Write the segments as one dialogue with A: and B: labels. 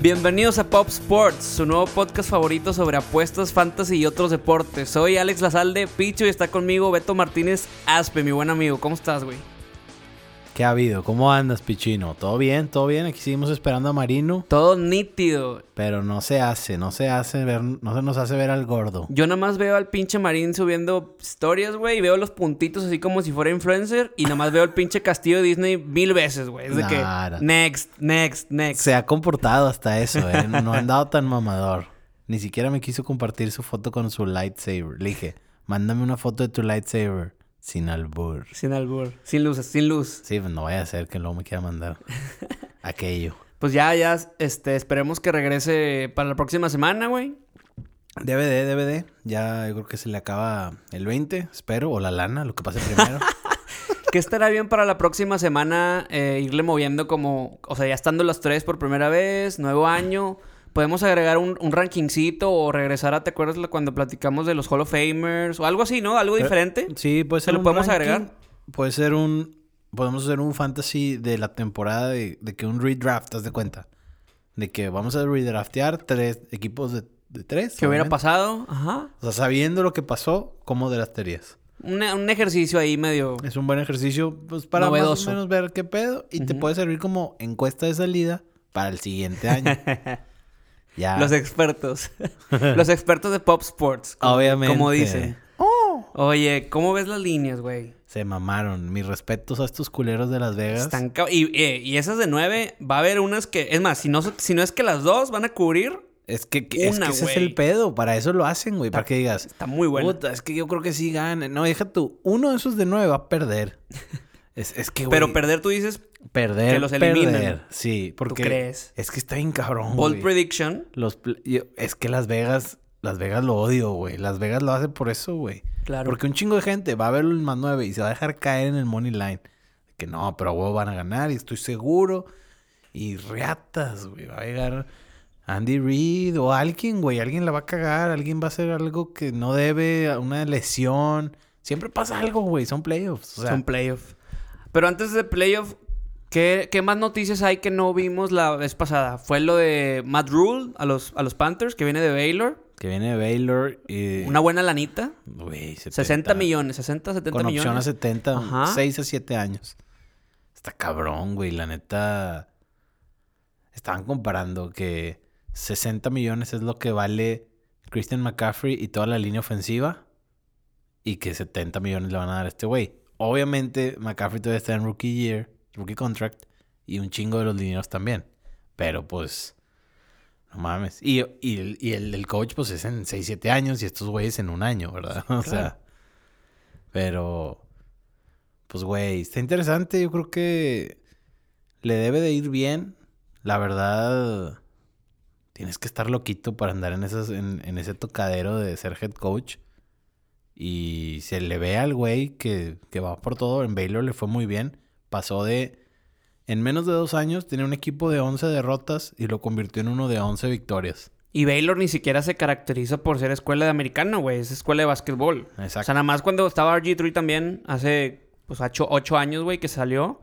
A: Bienvenidos a Pop Sports, su nuevo podcast favorito sobre apuestas, fantasy y otros deportes. Soy Alex Lazalde, Picho, y está conmigo Beto Martínez Aspe, mi buen amigo. ¿Cómo estás, güey?
B: ¿Qué ha habido? ¿Cómo andas, Pichino? ¿Todo bien? ¿Todo bien? Aquí seguimos esperando a Marino.
A: Todo nítido.
B: Pero no se hace, no se hace ver, no se nos hace ver al gordo.
A: Yo nada más veo al pinche Marín subiendo historias, güey, y veo los puntitos así como si fuera influencer, y nada más veo el pinche castillo de Disney mil veces, güey. Es de que.
B: Nada.
A: Next, next, next.
B: Se ha comportado hasta eso, ¿eh? No ha andado tan mamador. Ni siquiera me quiso compartir su foto con su lightsaber. Le dije, mándame una foto de tu lightsaber. Sin albur.
A: Sin albur. Sin luces, sin luz.
B: Sí, pues no vaya a ser que luego me quiera mandar aquello.
A: Pues ya, ya, este, esperemos que regrese para la próxima semana, güey.
B: DVD, DVD. Ya yo creo que se le acaba el 20, espero. O la lana, lo que pase primero.
A: ¿Qué estará bien para la próxima semana eh, irle moviendo como, o sea, ya estando los tres por primera vez, nuevo año? ¿Podemos agregar un, un rankingcito o regresar a, ¿te acuerdas la- cuando platicamos de los Hall of Famers? O algo así, ¿no? Algo
B: Pero-
A: diferente.
B: Eh, Sí, puede ser.
A: lo
B: un
A: podemos
B: ranking,
A: agregar?
B: Puede ser un. Podemos hacer un fantasy de la temporada de, de que un redraft, haz de cuenta. De que vamos a redraftear tres equipos de, de tres.
A: ¿Qué hubiera
B: obviamente.
A: pasado? Ajá.
B: O sea, sabiendo lo que pasó, ¿cómo de las teorías?
A: Un, un ejercicio ahí medio...
B: Es un buen ejercicio pues, para más
A: Novedoso.
B: o menos ver qué pedo. Y te puede servir como encuesta de salida para el siguiente año. ya.
A: Los expertos. los expertos de Pop Sports. como-
B: Obviamente.
A: Como dicen. Oye, ¿cómo ves las líneas, güey?
B: Se mamaron. Mis respetos a estos culeros de Las Vegas.
A: Están cab- y, eh, y esas de nueve, va a haber unas que... Es más, si no, se- si no es que las dos van a cubrir,
B: Es que, que- es
A: Una,
B: que ese es
A: güey.
B: el pedo. Para eso lo hacen, güey. Para que digas.
A: está muy bueno.
B: Puta, es que yo creo que sí gana. No, deja tú. Uno de esos de nueve va a perder. Es, es que, güey.
A: Pero perder, tú dices,
B: perder.
A: que los eliminan.
B: perder. Sí, porque.
A: crees?
B: Es que está bien cabrón,
A: bold
B: güey.
A: prediction.
B: Los pl- yo- es que Las Vegas. Las Vegas lo odio, güey. Las Vegas lo hace por eso, güey.
A: Claro.
B: Porque un chingo de gente va a verlo en más nueve y se va a dejar caer en el money line. Que no, pero a huevo van a ganar y estoy seguro. Y reatas, güey. Va a llegar Andy Reid o alguien, güey. Alguien la va a cagar. Alguien va a hacer algo que no debe. Una lesión. Siempre pasa algo, güey. Son playoffs. O sea,
A: Son playoff. Pero antes de playoff, ¿qué, qué más noticias hay que no vimos la vez pasada? Fue lo de Matt Rule a los, a los Panthers, que viene de Baylor.
B: que viene Baylor y...
A: Una buena lanita.
B: Güey,
A: 60 millones, 60, 70
B: Con opción a
A: millones.
B: 70.
A: Ajá.
B: 6 a 7 años. Está cabrón, güey. La neta... Estaban comparando que 60 millones es lo que vale Christian McCaffrey y toda la línea ofensiva. Y que 70 millones le van a dar a este güey. Obviamente, McCaffrey todavía está en rookie year, rookie contract. Y un chingo de los dineros también. Pero pues... No mames. Y, y el- y el del coach, pues es en 6, 7 años y estos güeyes en un año, ¿verdad? O sea. Pero. Pues, güey, está interesante. Yo creo que le debe de ir bien. La verdad. Tienes que estar loquito para andar en, esas, en, en ese tocadero de ser head coach. Y se le ve al güey que, que va por todo. En Baylor le fue muy bien. Pasó de. En menos de dos años tenía un equipo de 11 derrotas y lo convirtió en uno de 11 victorias.
A: Y Baylor ni siquiera se caracteriza por ser escuela de americano, güey. Es escuela de básquetbol. O sea,
B: Exacto.
A: nada más cuando estaba RG3 también, hace pues ocho, ocho años, güey, que salió.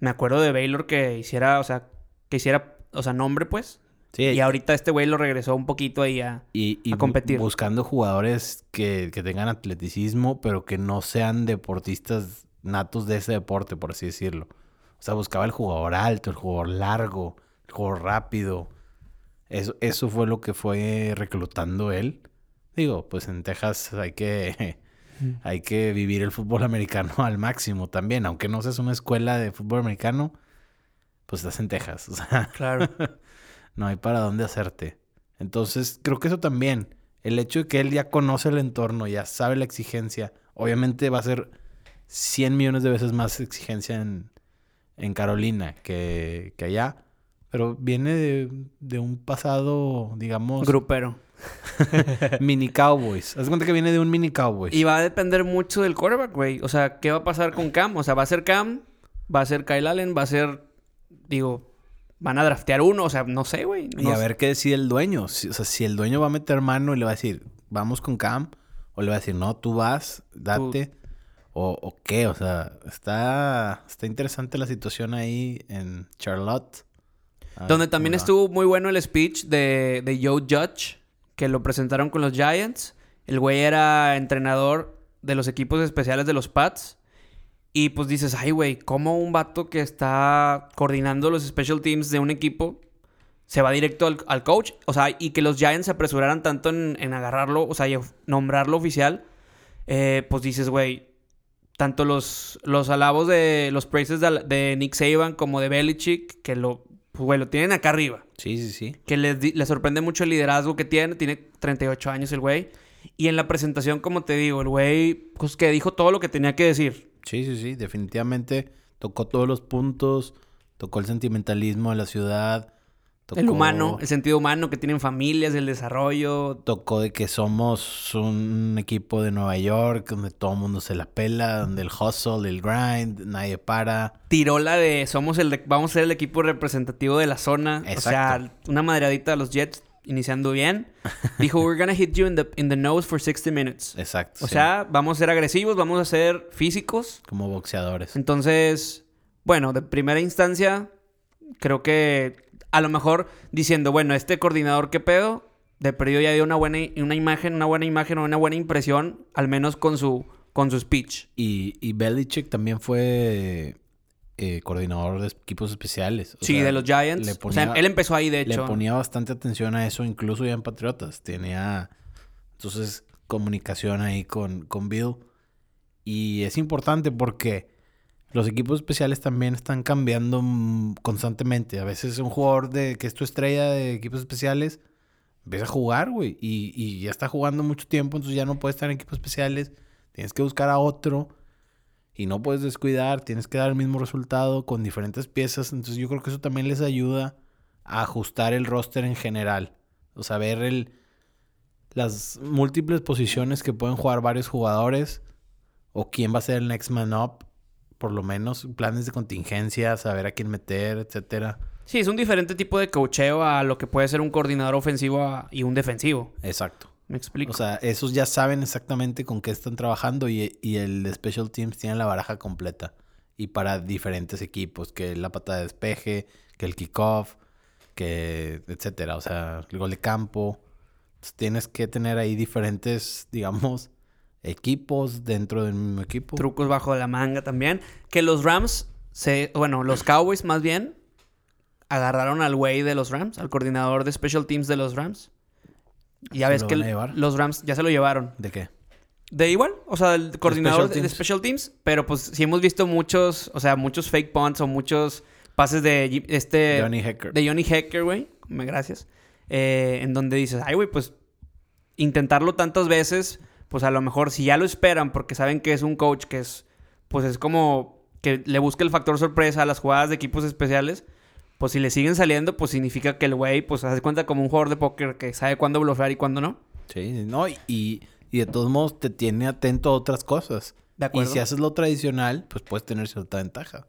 A: Me acuerdo de Baylor que hiciera, o sea, que hiciera, o sea, nombre, pues.
B: Sí,
A: Y ahorita este güey lo regresó un poquito ahí a...
B: Y, y
A: a
B: bu-
A: competir.
B: buscando jugadores que, que tengan atleticismo, pero que no sean deportistas natos de ese deporte, por así decirlo. O sea, buscaba el jugador alto, el jugador largo, el jugador rápido. Eso, eso fue lo que fue reclutando él. Digo, pues en Texas hay que, hay que vivir el fútbol americano al máximo también. Aunque no seas una escuela de fútbol americano, pues estás en Texas. O sea,
A: Claro.
B: no hay para dónde hacerte. Entonces, creo que eso también. El hecho de que él ya conoce el entorno, ya sabe la exigencia. Obviamente va a ser 100 millones de veces más exigencia en, en Carolina que, que allá. Pero viene de, de un pasado, digamos,
A: Grupero.
B: mini Cowboys. Haz de cuenta que viene de un mini Cowboys.
A: Y va a depender mucho del quarterback, güey. O sea, ¿qué va a pasar con Cam? O sea, ¿va a ser Cam? ¿Va a ser Kyle Allen? ¿Va a ser... Digo, ¿van a draftear uno? O sea, no sé, güey.
B: Y
A: No
B: a
A: sé.
B: ver qué decide el dueño. Si- O sea, si el dueño va a meter mano y le va a decir, vamos con Cam, o le va a decir, no, tú vas, date, o, o qué. O sea, está, está interesante la situación Ah, ahí en Charlotte. A
A: Donde
B: ver,
A: también
B: ¿cómo le va?
A: estuvo muy bueno el speech de, de Joe Judge, que lo presentaron con los Giants. El güey era entrenador de los equipos especiales de los Pats. Y pues dices, ay, güey, ¿cómo un vato que está coordinando los special teams de un equipo se va directo al, al coach? O sea, y que los Giants se apresuraran tanto en, en agarrarlo, o sea, y of- nombrarlo oficial. eh, pues dices, güey, tanto los, los alabos de los praises de, al- de Nick Saban como de Belichick, que lo, pues, güey, lo tienen acá arriba.
B: Sí, sí, sí.
A: Que les, di- les sorprende mucho el liderazgo que tiene. Tiene 38 años el güey. Y en la presentación, como te digo, el güey, pues que dijo todo lo que tenía que decir.
B: Sí, sí, sí, definitivamente tocó todos los puntos, tocó el sentimentalismo de la ciudad, tocó,
A: El humano, el sentido humano que tienen familias, el desarrollo.
B: tocó de que somos un equipo de Nueva York donde todo el mundo se la pela, donde el hustle, el grind, nadie para.
A: Tiró la de somos el de- vamos a ser el equipo representativo de la zona. O sea,
B: Exacto.
A: una madreadita a los Jets iniciando bien. Dijo, we're gonna hit you in the, in the nose for 60 minutes.
B: Exacto.
A: O
B: sí,
A: sea, vamos a ser agresivos, vamos a ser físicos.
B: como boxeadores.
A: Entonces, bueno, de primera instancia, creo que a lo mejor diciendo, bueno, este coordinador qué pedo, de perdido ya dio una buena i- una imagen, una buena imagen o una buena impresión, al menos con su con su speech.
B: Y, y Belichick también fue eh, coordinador de equipos especiales. o
A: sí,
B: sea,
A: de los Giants.
B: le
A: o sea,
B: ponía-
A: él empezó ahí, de
B: le
A: hecho.
B: ponía bastante atención a eso, incluso ya en Patriotas. Tenía entonces comunicación ahí con, con Bill. Y es importante porque los equipos especiales también están cambiando mm, constantemente. A veces un jugador de que es tu estrella de equipos especiales empieza a jugar, güey. Y, y ya está jugando mucho tiempo, entonces ya no puede estar en equipos especiales. Tienes que buscar a otro. Y no puedes descuidar, tienes que dar el mismo resultado con diferentes piezas. Entonces yo creo que eso también les ayuda a ajustar el roster en general. O sea, ver el, las múltiples posiciones que pueden jugar varios jugadores o quién va a ser el next man up, por lo menos planes de contingencia, saber a quién meter, etcétera.
A: Sí, es un diferente tipo de cocheo a lo que puede ser un coordinador ofensivo a- y un defensivo.
B: Exacto.
A: ¿Me explico?
B: O sea, esos ya saben exactamente con qué están trabajando y, y el de Special Teams tiene la baraja completa. Y para diferentes equipos, que la patada de despeje, que el kickoff, que etcétera. O sea, el gol de campo. Entonces, tienes que tener ahí diferentes, digamos, equipos dentro del mismo equipo.
A: trucos bajo la manga también. Que los Rams, se, bueno, los Cowboys más bien, agarraron al güey de los Rams, al coordinador de Special Teams de los Rams. Y ya
B: ¿Se
A: ves
B: lo
A: que
B: van a
A: el-
B: llevar?
A: los Rams ya se lo llevaron.
B: ¿De qué?
A: De igual, o sea, el coordinador
B: Special
A: de- de
B: Teams.
A: Special Teams, pero pues sí hemos visto muchos, o sea, muchos fake punts o muchos pases de Jim- este...
B: Johnny Hecker.
A: De Johnny Hecker, güey. Me gracias. Eh, en donde dices, ay, güey, pues intentarlo tantas veces, pues a lo mejor si ya lo esperan porque saben que es un coach que es, pues es como que le busca el factor sorpresa a las jugadas de equipos especiales, pues si le siguen saliendo, pues significa que el güey, pues hace cuenta como un jugador de póker que sabe cuándo bloquear y cuándo no.
B: Sí, no, y, y de todos modos te tiene atento a otras cosas.
A: De acuerdo.
B: Y si haces lo tradicional, pues puedes tener cierta ventaja.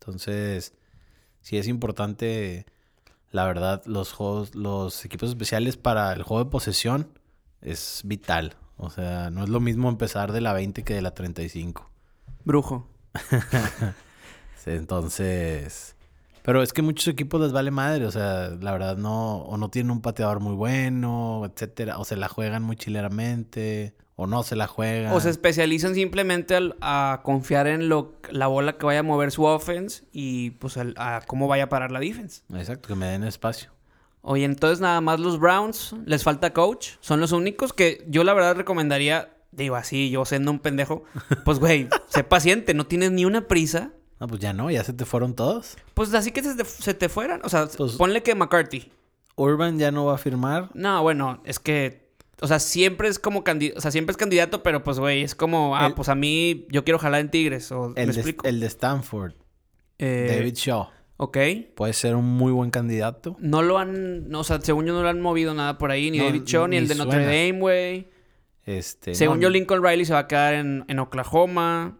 B: Entonces, sí es importante, la verdad, los juegos, los equipos especiales para el juego de posesión es vital. O sea, no es lo mismo empezar de la 20 que de la 35.
A: Brujo.
B: Sí, Entonces, pero es que muchos equipos les vale madre, o sea, la verdad no, o no tienen un pateador muy bueno, etcétera, o se la juegan muy chileramente, o no se la juegan.
A: O se especializan simplemente al- a confiar en lo, la bola que vaya a mover su offense y pues al- a cómo vaya a parar la defense.
B: Exacto, que me den espacio.
A: Oye, entonces nada más los Browns, les falta coach, son los únicos que yo la verdad recomendaría, digo así, yo siendo un pendejo, pues güey, sé paciente, no tienes ni una prisa,
B: No, pues ya no, ya se te fueron todos.
A: pues así que se te, se te fueran, o sea,
B: Pues-
A: ponle que McCarthy.
B: Urban ya no va a firmar.
A: No, bueno, es que, o sea, siempre es como candidato, o sea, siempre es candidato, pero pues güey, es como, ah,
B: El-
A: pues a mí yo quiero jalar en Tigres, o
B: El,
A: me
B: de,
A: explico.
B: el de Stanford,
A: Eh,
B: David Shaw,
A: Ok.
B: puede ser un muy buen candidato.
A: No lo han, no, o sea, según yo no lo han movido nada por ahí, ni
B: No,
A: David Shaw, ni,
B: ni
A: el de Notre
B: suena.
A: Dame, güey.
B: Este,
A: Según
B: no,
A: yo, Lincoln Riley se va a quedar en, en Oklahoma.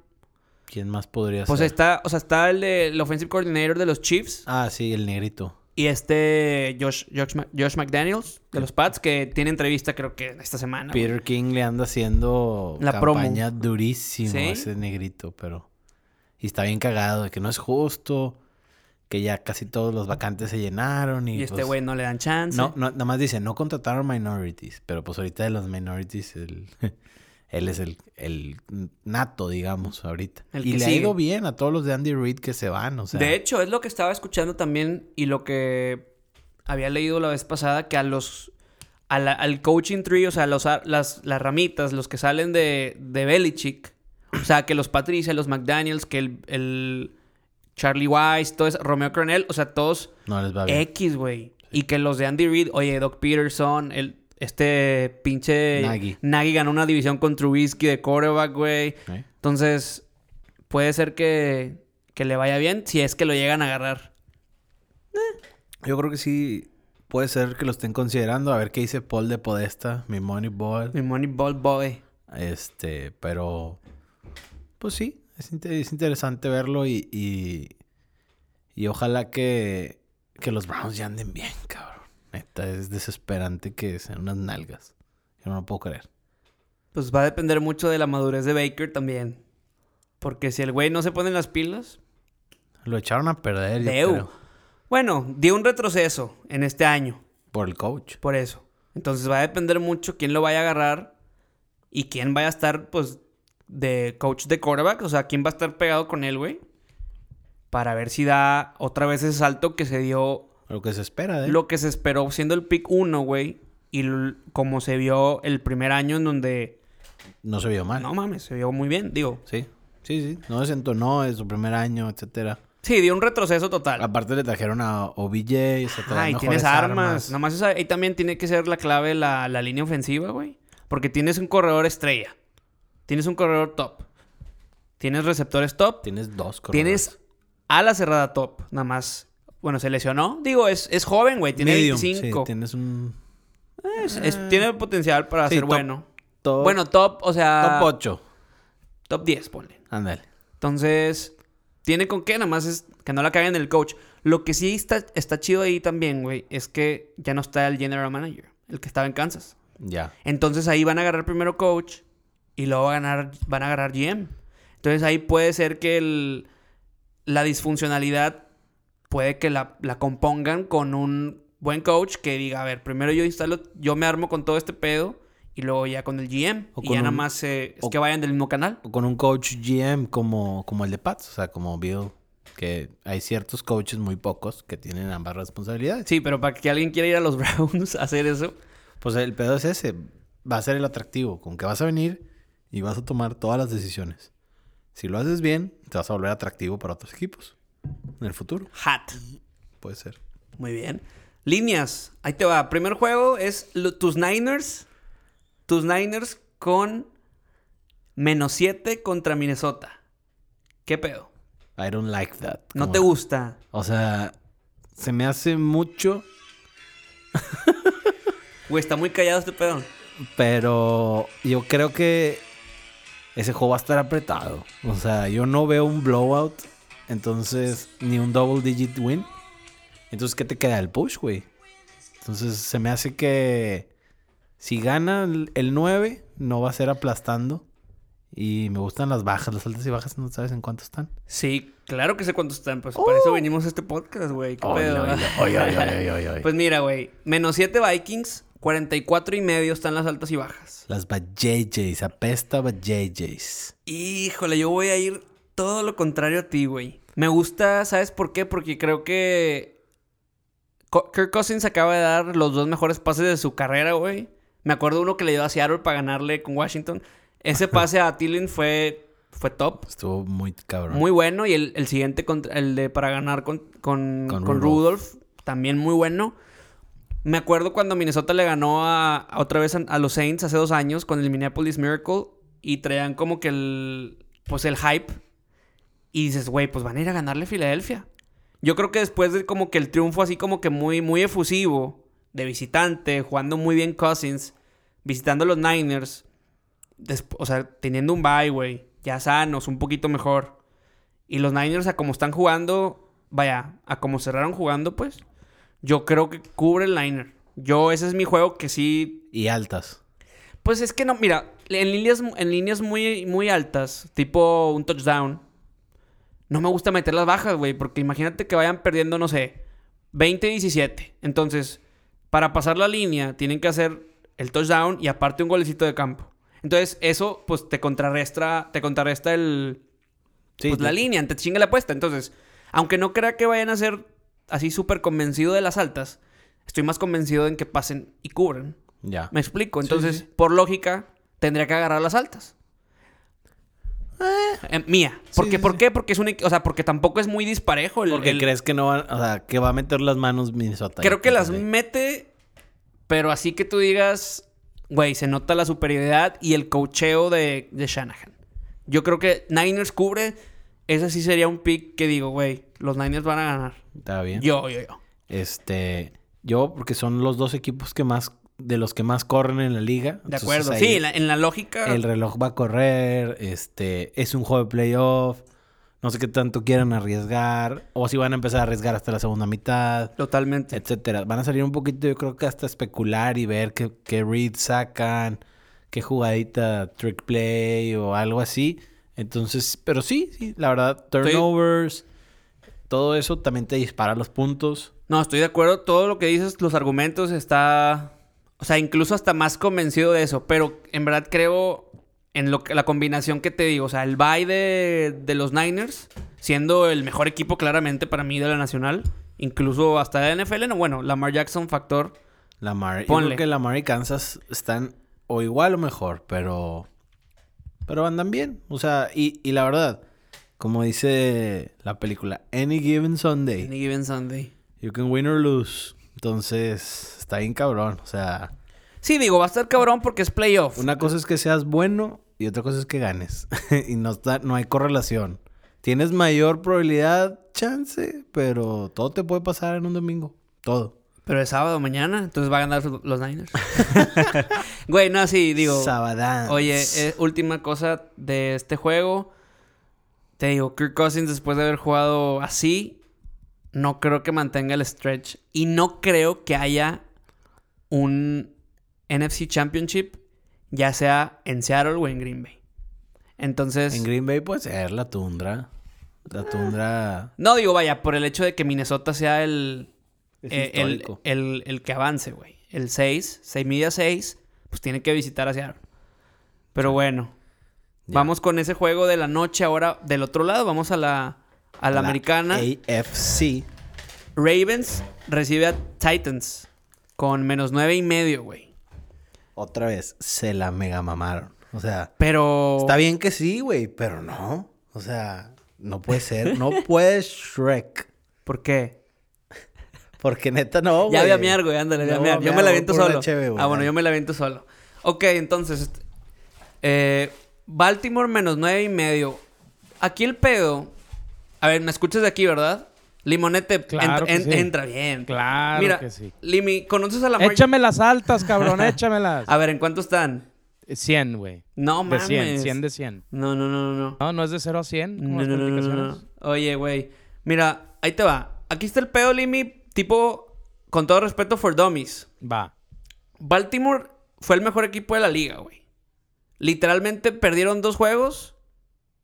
B: ¿Quién más podría
A: Pues
B: ser?
A: está, o sea, está el, de- el offensive coordinator de los Chiefs
B: Ah, sí, el negrito.
A: y este Josh, Josh, Ma- Josh McDaniels de los Pats que tiene entrevista creo que esta semana. güey.
B: Peter King le anda haciendo
A: La promo.
B: campaña durísimo
A: ¿Sí?
B: a ese negrito, pero. Y está bien cagado de que no es justo, que ya casi todos los vacantes se llenaron y,
A: Y este
B: pues,
A: güey no le dan chance.
B: No, no, nada más dice, no contrataron minorities, pero pues ahorita de los minorities, él, él es el, el nato, digamos, ahorita.
A: El
B: y
A: que
B: le ha
A: sigue.
B: ido bien a todos los de Andy Reid que se van, o sea.
A: de hecho, es lo que estaba escuchando también y lo que había leído la vez pasada, que a los... a la- al coaching tree, o sea, los, ar- las, las ramitas, los que salen de, de Belichick, o sea, que los Patricia, los McDaniels, que el, el Charlie Weiss, todo eso, Romeo Cornell, o sea, todos
B: no les va Ah, bien.
A: X, güey. Y que los de Andy Reid, oye, Doc Peterson, el, este pinche
B: Nagy.
A: ganó una división con Trubisky de quarterback, güey.
B: ¿eh?
A: Entonces, puede ser que, que le vaya bien si es que lo llegan a agarrar.
B: Yo creo que sí puede ser que lo estén considerando. A ver qué dice Paul de Podesta, mi Moneyball.
A: Mi Moneyball Boy.
B: Este, pero. Pues sí, es, inte- es interesante verlo y. Y, y ojalá que, que los Browns ya anden bien, cabrón. Neta, es desesperante que sean unas nalgas. Yo no lo puedo creer.
A: Pues va a depender mucho de la madurez de Baker también. Porque si el güey no se pone las pilas...
B: Lo echaron a perder, yo
A: Deu.
B: creo,
A: Bueno, dio un retroceso en este año.
B: Por el coach.
A: Por eso. Entonces va a depender mucho quién lo vaya a agarrar y quién vaya a estar, pues, de coach de quarterback. O sea, quién va a estar pegado con él, güey. Para ver si da otra vez ese salto que se dio.
B: Lo que se espera de él.
A: Lo que se esperó siendo el pick 1, güey. Y l- como se vio el primer año en donde... ah,
B: No se vio mal.
A: No mames, se vio muy bien. Digo,
B: Sí. Sí, sí. No desentonó en su primer año, etcétera.
A: sí, dio un retroceso total.
B: Aparte le trajeron a OBJ, se trajeron
A: Ay,
B: mejores
A: tienes armas.
B: armas.
A: Nomás esa, ahí también tiene que ser la clave la, la línea ofensiva, güey. Porque tienes un corredor estrella. Tienes un corredor top. Tienes receptores top.
B: Tienes dos corredores.
A: Tienes ala cerrada top. Nada más. Bueno, se lesionó. Digo, es, es joven, güey. Tiene
B: Medium, sí,
A: 25.
B: tienes un
A: Es- es- tiene potencial para
B: Sí,
A: ser
B: top-
A: bueno.
B: top,
A: Bueno, top, o sea.
B: top 8.
A: top 10, ponle.
B: Ándale.
A: Entonces, tiene con qué, nada más es que no la caguen el coach. Lo que sí está, está chido ahí también, güey, es que ya no está el general manager, el que estaba en Kansas.
B: Ya.
A: Entonces ahí van a agarrar primero coach y luego van a agarrar, van a agarrar GM. Entonces ahí puede ser que el- la disfuncionalidad puede que la, la compongan con un buen coach que diga, a ver, primero yo instalo, yo me armo con todo este pedo y luego ya con el GM.
B: O
A: y
B: con
A: ya nada
B: un-
A: más eh, es
B: o-
A: que vayan del mismo canal.
B: O Con un coach GM como, como el de Pats, o sea, como Bill, que hay ciertos coaches muy pocos que tienen ambas responsabilidades.
A: Sí, pero para que alguien quiera ir a los Browns a hacer eso.
B: Pues el pedo es ese, va a ser el atractivo, con que vas a venir y vas a tomar todas las decisiones. Si lo haces bien, te vas a volver atractivo para otros equipos en el futuro,
A: Hat.
B: puede ser.
A: Muy bien. Líneas. Ahí te va. Primer juego es lo- tus Niners. Tus Niners con menos 7 contra Minnesota. ¿Qué pedo?
B: I don't like that.
A: No
B: Como-
A: te gusta.
B: O sea, se me hace mucho
A: Güey, está muy callado este pedo.
B: Pero yo creo que ese juego va a estar apretado. O sea, yo no veo un blowout, entonces, ni un double digit win. Entonces, ¿qué te queda? El push, güey. Entonces, se me hace que si gana el- el 9, no va a ser aplastando. Y me gustan las bajas, las altas y bajas, no sabes en cuánto están.
A: Sí, claro que sé cuántos están. Pues para eso venimos a este podcast, güey. ¿Qué pedo?
B: Oye, oye, oye, oye, oye, oye.
A: Pues mira, güey. Menos 7 Vikings. 44 y medio están las altas y bajas.
B: Las JJs, apesta JJs.
A: Híjole, yo voy a ir todo lo contrario a ti, güey. Me gusta, ¿sabes por qué? Porque creo que Co- Kirk Cousins acaba de dar los dos mejores pases de su carrera, güey. Me acuerdo uno que le dio a Seattle para ganarle con Washington. Ese pase a Tilling fue, fue top.
B: Estuvo muy cabrón.
A: Muy bueno. Y el, el siguiente, contra- el de para ganar con, con,
B: Con
A: con Rudolph.
B: Rudolph.
A: también muy bueno. Me acuerdo cuando Minnesota le ganó a, a otra vez a, a los Saints hace dos años con el Minneapolis Miracle y traían como que el, pues el hype. Y dices, güey, pues van a ir a ganarle a Filadelfia. Yo creo que después de como que el triunfo así como que muy, muy efusivo de visitante, jugando muy bien Cousins, visitando a los Niners, des- o sea, teniendo un bye, güey, ya sanos, un poquito mejor. Y los Niners a como están jugando, vaya, a como cerraron jugando, pues, yo creo que cubre el Niner. Yo, ese es mi juego que sí.
B: Y altas.
A: Pues es que no, mira, en líneas, en líneas muy, muy altas, tipo un touchdown, no me gusta meter las bajas, güey, porque imagínate que vayan perdiendo, no sé, 20-17. Entonces, para pasar la línea, tienen que hacer el touchdown y aparte un golecito de campo. Entonces, eso, pues, te contrarresta, te contrarresta el,
B: Sí,
A: pues, la
B: te-
A: línea, te chinga la apuesta. Entonces, aunque no crea que vayan a ser así súper convencido de las altas, estoy más convencido en que pasen y cubren.
B: Ya.
A: Me explico.
B: Sí,
A: Entonces,
B: sí, sí.
A: por lógica, tendría que agarrar las altas. Eh, mía. ¿Por,
B: Sí,
A: qué,
B: sí,
A: ¿Por
B: sí.
A: qué? Porque es un... equ- O sea, porque tampoco es muy disparejo el...
B: Porque
A: el-
B: crees que no van, o sea, que va a meter las manos Minnesota.
A: Creo que las
B: Sí.
A: mete, pero así que tú digas, güey, se nota la superioridad y el cocheo de, de Shanahan. Yo creo que Niners cubre, ese sí sería un pick que digo, güey, los Niners van a ganar.
B: Está bien.
A: Yo, yo, yo.
B: Este, yo, porque son los dos equipos que más, de los que más corren en la liga.
A: De
B: Entonces,
A: acuerdo.
B: ahí
A: Sí, en la, en la lógica...
B: El reloj va a correr, este, es un juego de playoff. No sé qué tanto quieran arriesgar. O si van a empezar a arriesgar hasta la segunda mitad,
A: Totalmente.
B: etcétera. Van a salir un poquito, yo creo que hasta especular y ver qué, qué read sacan, qué jugadita trick play o algo así. Entonces, pero sí, sí, la verdad, turnovers, todo eso también te dispara los puntos.
A: No, estoy de acuerdo. Todo lo que dices, los argumentos, está. O sea, incluso hasta más convencido de eso. Pero en verdad creo en lo que, la combinación que te digo. O sea, el bye de, de los Niners, siendo el mejor equipo claramente para mí de la Nacional. Incluso hasta la NFL. No, bueno, Lamar Jackson factor.
B: Lamar. Yo
A: Ponle.
B: creo que Lamar y Kansas están o igual o mejor, pero. Pero andan bien. O sea, y, y la verdad, como dice la película, Any Given Sunday,
A: Any given Sunday.
B: you can win or lose. Entonces, está bien cabrón. O sea,
A: Sí, digo, va a estar cabrón porque es playoff.
B: una cosa es que seas bueno y otra cosa es que ganes. y no, está, no hay correlación. Tienes mayor probabilidad, chance, pero todo te puede pasar en un domingo. Todo.
A: Pero es sábado mañana, entonces va a ganar los Niners. Güey, no, sí, digo.
B: Sabadán.
A: Oye, eh, última cosa de este juego. Te digo, Kirk Cousins después de haber jugado así, no creo que mantenga el stretch. Y no creo que haya un NFC Championship, ya sea en Seattle o en Green Bay. Entonces,
B: En Green Bay puede ser la tundra. La tundra.
A: no digo, vaya, por el hecho de que Minnesota sea el,
B: Es
A: eh, el,
B: histórico.
A: el- el que avance, güey. El 6, 6 media 6, pues tiene que visitar a Seattle. Pero bueno,
B: Ya.
A: vamos con ese juego de la noche ahora del otro lado. Vamos a la, a la, americana.
B: AFC.
A: Ravens recibe a Titans con menos 9 y medio, güey.
B: Otra vez, se la mega mamaron. O sea,
A: Pero...
B: está bien que sí, güey, pero no. O sea, no puede ser. No puede Shrek.
A: ¿Por qué?
B: Porque neta no, güey.
A: ya voy a mear, güey, ándale, voy
B: No,
A: a mear.
B: voy a
A: Yo me la
B: mear,
A: aviento
B: voy por una
A: solo.
B: cheve, güey,
A: ah, bueno,
B: dale.
A: yo me la aviento solo. Ok, entonces. este, eh, Baltimore menos nueve y medio. Aquí el pedo. A ver, me escuchas de aquí, ¿verdad? Limonete, entra,
C: Claro que sí.
A: entra bien.
C: Claro
A: Mira,
C: que sí.
A: Limi, ¿conoces a la mar-
C: Échame las altas, cabrón, échamelas.
A: A ver, ¿en cuánto están?
C: 100, güey.
A: No
C: De
A: mames.
C: 100, 100 de 100.
A: No, no, no, no. no.
C: No, no es de 0 a 100. como
A: No,
C: las
A: no, no, no,
C: calificaciones.
A: no. Oye, güey. Mira, ahí te va. Aquí está el pedo, Limi, tipo, con todo respeto, for dummies.
C: Va.
A: Baltimore fue el mejor equipo de la liga, güey. Literalmente perdieron dos juegos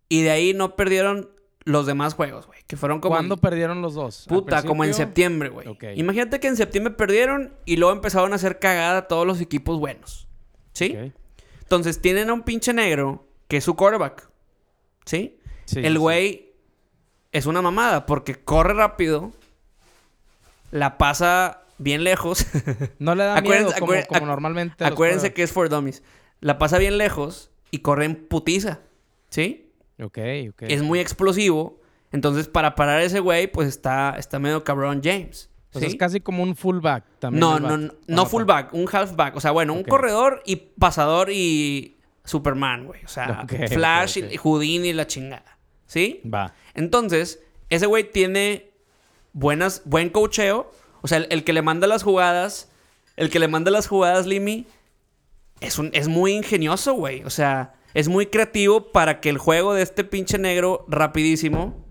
A: y de ahí no perdieron los demás juegos, güey. Que fueron como...
C: ¿Cuándo
A: en-
C: perdieron los dos? ¿Al
A: Puta, como en
C: principio?
A: septiembre, güey.
C: Ok.
A: Imagínate que en septiembre perdieron y luego empezaron a hacer cagada todos los equipos buenos. ¿Sí?
C: Ok.
A: Entonces tienen a un pinche negro que es su quarterback. ¿Sí?
C: Sí, sí,
A: el
C: sí.
A: güey es una mamada porque corre rápido, la pasa bien lejos.
C: No le da miedo
A: Acuérdense-
C: como,
A: acuér-
C: como
A: acu-
C: normalmente. los
A: Acuérdense que es for dummies. La pasa bien lejos y corre en putiza. ¿Sí?
C: juegos. Ok, ok.
A: Es muy explosivo. Entonces, para parar a ese güey, pues está, está medio cabrón James.
C: O sea,
A: ¿sí?
C: es casi como un fullback también.
A: no,
C: el
A: no,
C: vato.
A: no,
C: Ah,
A: no
C: ok.
A: fullback, un halfback. O sea, bueno, un
C: Ok.
A: corredor y pasador y Superman, güey. O sea,
C: Ok, ok,
A: Flash
C: ok.
A: y Houdini y la chingada. ¿Sí?
C: Va.
A: Entonces, ese güey tiene buenas, buen cocheo. O sea, el, el que le manda las jugadas, el que le manda las jugadas, Limi, es, un, es muy ingenioso, güey. O sea, es muy creativo para que el juego de este pinche negro rapidísimo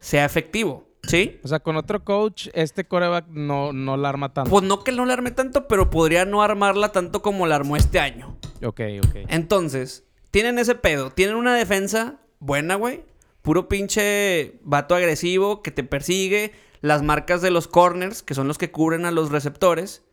A: sea efectivo. ¿Sí?
C: O sea, con otro coach, este coreback no, no la arma tanto.
A: Pues no que no la arme tanto, pero podría no armarla tanto como la armó este año.
C: Ok, ok.
A: Entonces, tienen ese pedo. Tienen una defensa buena, güey. Puro pinche vato agresivo que te persigue. Las marcas de los corners, que son los que cubren a los receptores,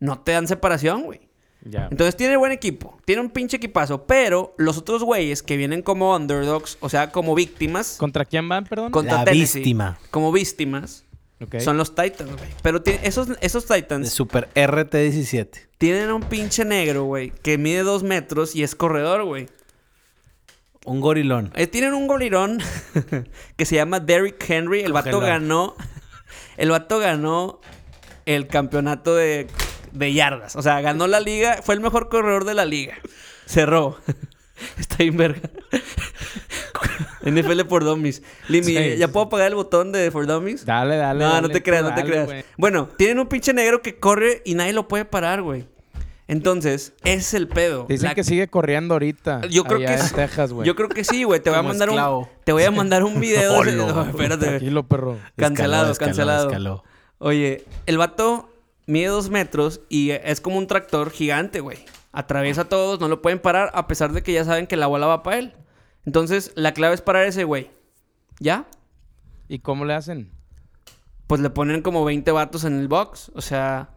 A: no te dan separación, güey.
C: Ya.
A: Entonces tiene buen equipo, tiene un pinche equipazo, pero los otros güeyes que vienen como underdogs, o sea, como víctimas,
C: ¿Contra quién van, perdón?
A: contra
B: La
A: Tennessee,
B: víctima.
A: como víctimas,
C: Ok.
A: son los Titans, güey. Pero ti- esos, esos Titans
B: De Super RT17.
A: tienen a un pinche negro, güey, que mide dos metros y es corredor, güey.
B: Un gorilón.
A: Eh, tienen un golirón que se llama Derrick Henry. El vato
B: Cógelo.
A: ganó. El vato ganó el campeonato de, de yardas. O sea, ganó la liga. Fue el mejor corredor de la liga. Cerró. Está bien verga. NFL por Dummies. Limi,
C: Sí.
A: ¿ya puedo apagar el botón de For Dummies?
C: Dale, dale.
A: no, no
C: dale,
A: te creas, no te
C: dale,
A: creas.
C: güey.
A: Bueno, tienen un pinche negro que corre y nadie lo puede parar, güey. Entonces, ese es el pedo.
C: Dicen
A: La-
C: que sigue corriendo ahorita.
A: yo creo
C: allá
A: que
C: en
A: sí.
C: Texas, güey.
A: Yo creo que sí, güey. Te voy a
B: Como
A: mandar un
B: esclavo.
A: te voy a mandar un video. de-
B: Olo.
A: No, espérate. güey.
C: Tranquilo, perro.
A: Cancelado,
B: Escaló,
A: cancelado.
B: escaló,
A: Oye, el vato mide dos metros y es como un tractor gigante, güey. Atraviesa a todos, no lo pueden parar, a pesar de que ya saben que la bola va para él. Entonces, la clave es parar ese güey. ¿Ya?
C: ¿Y cómo le hacen?
A: Pues le ponen como 20 vatos en el box. O sea,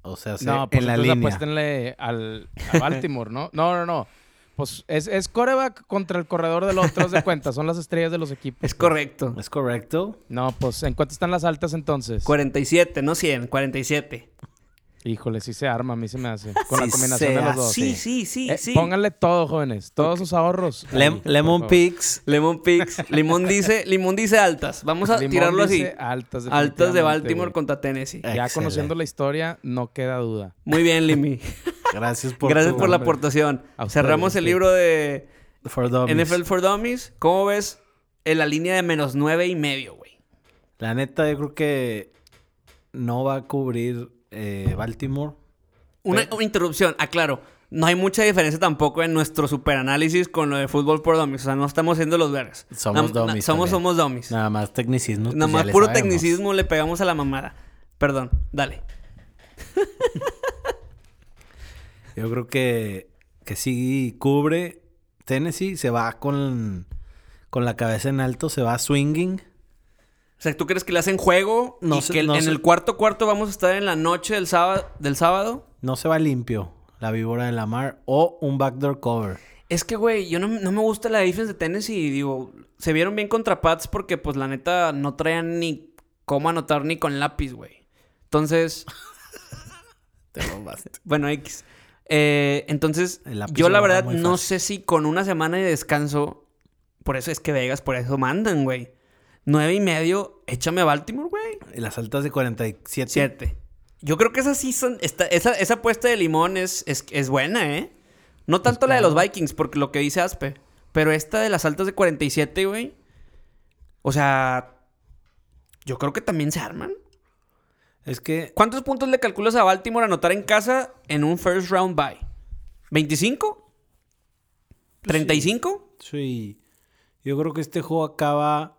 B: O sea, se-
C: No, pues
B: en la
C: entonces
B: línea.
C: apuéstenle al, a Baltimore, ¿no? No, no, no. Pues es, es coreback contra el corredor del otro, haz de cuenta. Son las estrellas de los equipos.
A: es correcto.
B: ¿Es correcto?
C: No, pues, ¿en cuánto están las altas entonces?
A: 47, no 100, 47.
C: Híjole, sí se arma, a mí se me hace. Con
B: Sí
C: la combinación
B: se
C: de los
B: hace.
C: dos.
A: Sí, sí, sí,
C: Eh,
A: sí.
C: Pónganle todo, jóvenes. Todos sus ahorros.
B: Lem-
C: Ahí, por
B: Lemon
C: favor.
B: Pigs.
A: Lemon Pix. Limón dice, Limón dice altas. Vamos a
C: Limón
A: tirarlo así.
C: dice
A: Altas
C: Altas,
A: de
C: definitivamente,
A: Baltimore
C: güey.
A: contra Tennessee.
B: Eh.
C: Ya
B: Excelente.
C: conociendo la historia, no queda duda.
A: Muy bien, Limi.
B: Gracias por
A: Gracias
B: tu-
A: por la
C: hombre.
A: aportación.
C: A ustedes,
A: Cerramos el
C: sí.
A: libro de
B: for dummies.
A: NFL for Dummies. ¿Cómo ves en la línea de menos nueve y medio, güey?
B: La neta, yo creo que no va a cubrir eh, Baltimore.
A: Una una interrupción, aclaro. No hay mucha diferencia tampoco en nuestro superanálisis con lo de fútbol por dummies. O sea, no estamos siendo los vergas.
B: Somos
A: Na- na-
B: dummies
A: Somos,
B: también.
A: somos dummies.
B: Nada pues más tecnicismo.
A: Nada más puro tecnicismo le pegamos a la mamada. Perdón, dale.
B: Yo creo que, que sí cubre. Tennessee se va con, con la cabeza en alto, se va swinging.
A: O sea, ¿tú crees que le hacen juego
B: No
A: y
B: sé-
A: que
B: no
A: en
B: sé.
A: el cuarto cuarto vamos a estar en la noche del sábado, del sábado?
B: No se va limpio la víbora de la mar o un backdoor cover.
A: Es que, güey, yo no, no me gusta la defensa de Tennessee. Digo, se vieron bien contra Pats porque, pues, la neta, no traían ni cómo anotar ni con lápiz, güey. Entonces,
B: Te robaste.
A: bueno, X. Eh, entonces,
B: El lápiz
A: yo
B: lo
A: la
B: agarra
A: verdad
B: muy
A: no
B: fácil.
A: sé si con una semana de descanso, por eso es que Vegas, por eso mandan, güey. Nueve y medio, échame a Baltimore, güey.
B: y las altas de 47.
A: Siete. Yo creo que esas sí son. esta- esa, esa apuesta de limón es, es, es buena, ¿eh? No tanto la de los Vikings, porque lo que dice Aspe. Pero esta de las altas de 47, güey. O sea. Yo creo que también se arman.
B: Es que
A: ¿Cuántos puntos le calculas a Baltimore anotar en casa en un first round bye? ¿25? ¿35?
B: Sí. Yo creo que este juego acaba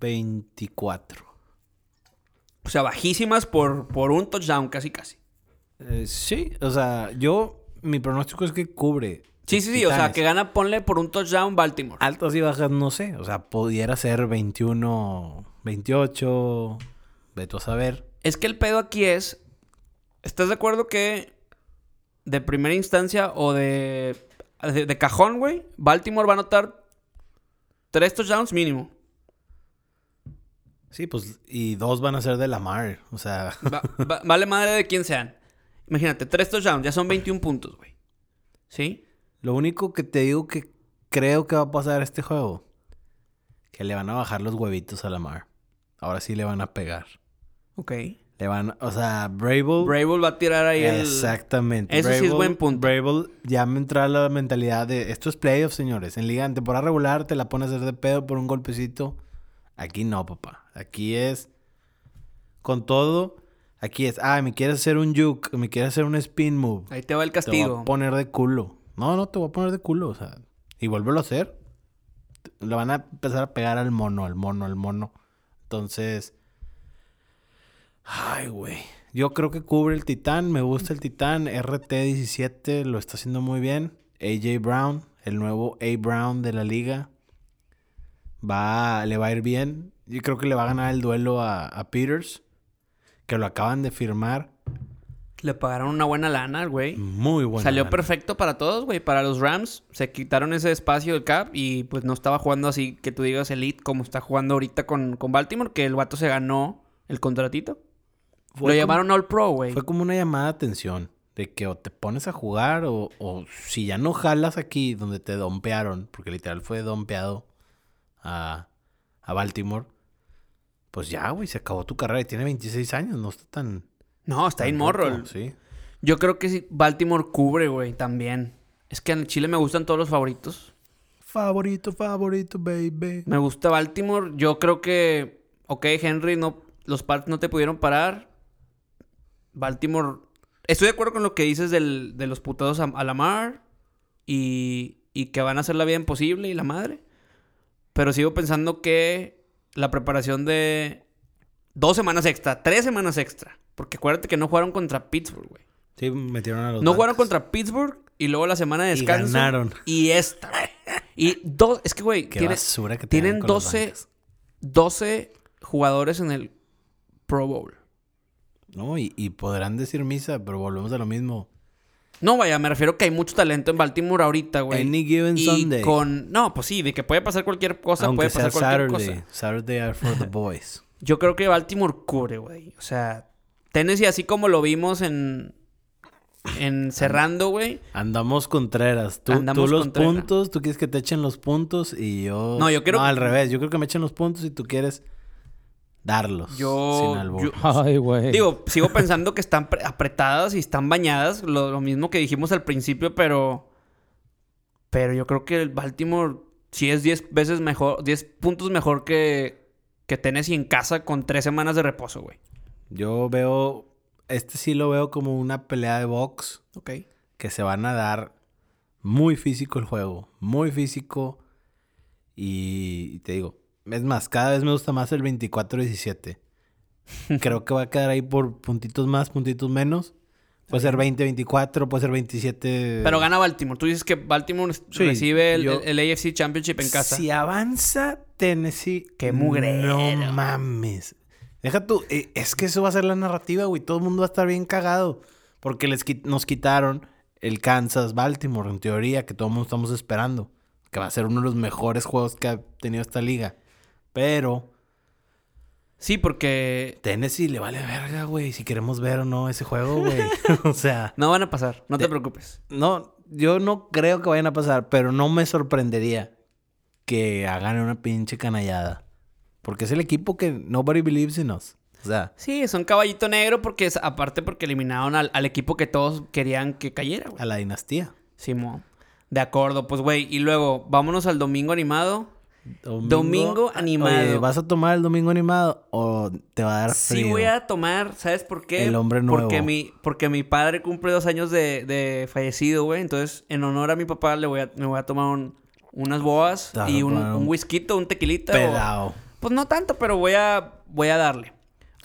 B: 17-24.
A: O sea, bajísimas por, por un touchdown, casi, casi.
B: Eh, sí, o sea, yo, mi pronóstico es que cubre.
A: Sí, sí, sí. O sea,
B: Titanes.
A: que gana, ponle por un touchdown Baltimore.
B: Altas y bajas, no sé. O sea, pudiera ser 21, 28. Vete a saber.
A: Es que el pedo aquí es. ¿Estás de acuerdo que de primera instancia o de. de, de cajón, güey? Baltimore va a anotar tres touchdowns mínimo.
B: Sí, pues, y dos van a ser de la mar. O sea,
A: Va- va- vale madre de quién sean. Imagínate, tres touchdowns, ya son 21 puntos, güey. ¿Sí?
B: lo único que te digo que creo que va a pasar este juego, que le van a bajar los huevitos a la mar. Ahora sí le van a pegar.
A: Ok.
B: Le van, o sea, Brable.
A: Brable va a tirar ahí el.
B: Exactamente.
A: Eso sí es buen punto.
B: Brable ya me entra la mentalidad de esto es playoff, señores. En liga en temporada regular te la pones a hacer de pedo por un golpecito. Aquí no, papá. Aquí es con todo. Aquí es, ah, me quieres hacer un juke, me quieres hacer un spin move.
A: Ahí te va el
B: Te voy
A: castigo.
B: a poner de culo. No, no, te voy a poner de culo, o sea, y vuélvelo a hacer. Le van a empezar a pegar al mono, al mono, al mono. Entonces, ay, güey. Yo creo que cubre el Titán, me gusta el Titán, RT17 lo está haciendo muy bien. AJ Brown, el nuevo A Brown de la liga. Va, le va a ir bien. Yo creo que le va a ganar el duelo a, a Peters, que lo acaban de firmar.
A: Le pagaron una buena lana al güey.
B: Muy bueno.
A: Salió perfecto para todos, güey. Para los Rams se quitaron ese espacio del cap y pues no estaba jugando así que tú digas elite como está jugando ahorita con, con Baltimore, que el vato se ganó el contratito. Lo
B: como-
A: llamaron All Pro, güey.
B: Fue como una llamada de atención de que o te pones a jugar o, o si ya no jalas aquí donde te dompearon, porque literal fue dompeado a, a Baltimore, pues ya, güey, se acabó tu carrera y tiene 26 años, no está tan...
A: No, está
B: tan
A: en
B: roto,
A: morro.
B: Sí.
A: Yo creo que sí, Baltimore cubre, güey, también. Es que en Chile me gustan todos los favoritos.
B: Favorito, favorito, baby.
A: Me gusta Baltimore. Yo creo que, ok, Henry, no, los Pats no te pudieron parar. Baltimore. Estoy de acuerdo con lo que dices del- de los putados a, a Lamar y, y que van a hacer la vida imposible y la madre. Pero sigo pensando que la preparación de dos semanas extra, tres semanas extra. Porque acuérdate que no jugaron contra Pittsburgh, güey.
B: Sí, metieron a los...
A: No jugaron
B: Bats.
A: contra Pittsburgh y luego la semana de
B: Y
A: descanso.
B: ganaron.
A: Y esta, güey. Y dos. Es que, güey,
B: Qué
A: tiene-
B: basura que te
A: tienen
B: dan con las
A: 12,
B: bancas.
A: 12 jugadores en el Pro Bowl.
B: No, y, y podrán decir misa, pero volvemos a lo mismo.
A: No, vaya, me refiero que hay mucho talento en Baltimore ahorita, güey.
B: Any given
A: y
B: Sunday.
A: con. No, pues sí, de que puede pasar cualquier cosa,
B: Aunque
A: puede
B: sea
A: pasar cualquier
B: Saturday.
A: cosa.
B: Saturday are for the boys.
A: Yo creo que Baltimore cubre, güey. O sea, Tennessee, así como lo vimos en. En cerrando, güey.
B: Andamos contreras. Tú,
A: Andamos
B: tú los
A: contrera.
B: puntos, tú quieres que te echen los puntos y yo...
A: No, yo quiero-
B: al revés. Yo creo que me echen los puntos y tú quieres darlos.
A: Yo-
B: Sin albur.
A: yo-
C: Ay, güey.
A: Digo, sigo pensando que están pre- apretadas y están bañadas. Lo, lo mismo que dijimos al principio, pero. Pero yo creo que el Baltimore sí es 10 veces mejor, 10 puntos mejor que, que Tennessee en casa con 3 semanas de reposo, güey.
B: Yo veo... Este sí lo veo como una pelea de box.
A: Ok.
B: que se van a dar muy físico el juego, muy físico. Y, y te digo, es más, cada vez me gusta más el 24-17. Creo que va a quedar ahí por puntitos más, puntitos menos. Puede ser 20-24, puede ser 27.
A: Pero gana Baltimore. Tú dices que Baltimore
B: Sí,
A: recibe el,
B: yo-
A: el- el AFC Championship en casa.
B: Si avanza Tennessee.
A: Qué mugrero.
B: No mames. Deja tú. eh, es que eso va a ser la narrativa, güey. Todo el mundo va a estar bien cagado. Porque les qui- nos quitaron el Kansas Baltimore, en teoría, que todo el mundo estamos esperando. Que va a ser uno de los mejores juegos que ha tenido esta liga. Pero
A: Sí, porque
B: Tennessee le vale verga, güey. Si queremos ver o no ese juego, güey. o sea.
A: no van a pasar. No te preocupes.
B: No, yo no creo que vayan a pasar, pero no me sorprendería que hagan una pinche canallada. Porque es el equipo que nobody believes in us. O sea,
A: Sí, son caballito negro porque es, aparte porque eliminaron al, al equipo que todos querían que cayera, güey.
B: a la dinastía.
A: Simón. De acuerdo, pues güey, y luego vámonos al domingo animado. Domingo animado.
B: ah, Oye, ¿vas a tomar el domingo animado o te va a dar frío?
A: Sí voy a tomar, ¿sabes por qué?
B: El hombre nuevo.
A: Porque mi, porque mi padre cumple dos años de, de fallecido, güey. Entonces, en honor a mi papá, le voy a, me voy a tomar un- unas boas
B: Te vas a
A: y un,
B: tomar un
A: un whisky, un tequilita. o-
B: Pedao.
A: Pues no tanto, pero voy a, voy a darle.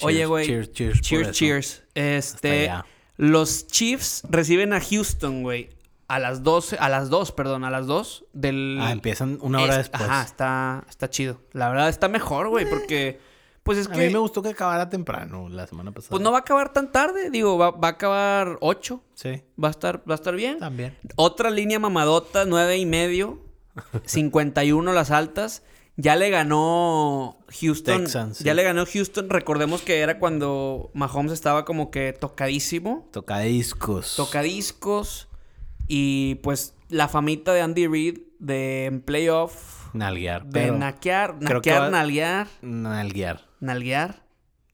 A: Oye,
B: Cheers,
A: güey.
B: cheers, cheers por
A: Cheers,
B: eso.
A: cheers. Este,
B: allá.
A: los Chiefs reciben a Houston, güey. A las 12, a las 2, perdón, a las 2 del...
B: Ah, empiezan una hora
A: Es-
B: después. Eh.
A: Ajá, está, está chido. La verdad está mejor, güey, porque... Pues es
B: A
A: que...
B: mí me gustó que acabara temprano la semana pasada.
A: Pues no va a acabar tan tarde, digo, va, va a acabar 8.
B: Sí,
A: Va a estar, va a estar bien.
B: también.
A: Otra línea mamadota, nueve y medio. 51 las altas. Ya le ganó Houston.
B: Texans, sí.
A: Ya le ganó Houston. Recordemos que era cuando Mahomes estaba como que tocadísimo.
B: Tocadiscos.
A: Tocadiscos. Y pues la famita de Andy Reid de en playoff.
B: Nalguear.
A: De
B: pero-
A: naquear,
B: creo que
A: naquear,
B: va-
A: nalguear,
B: Nalguear.
A: nalguear.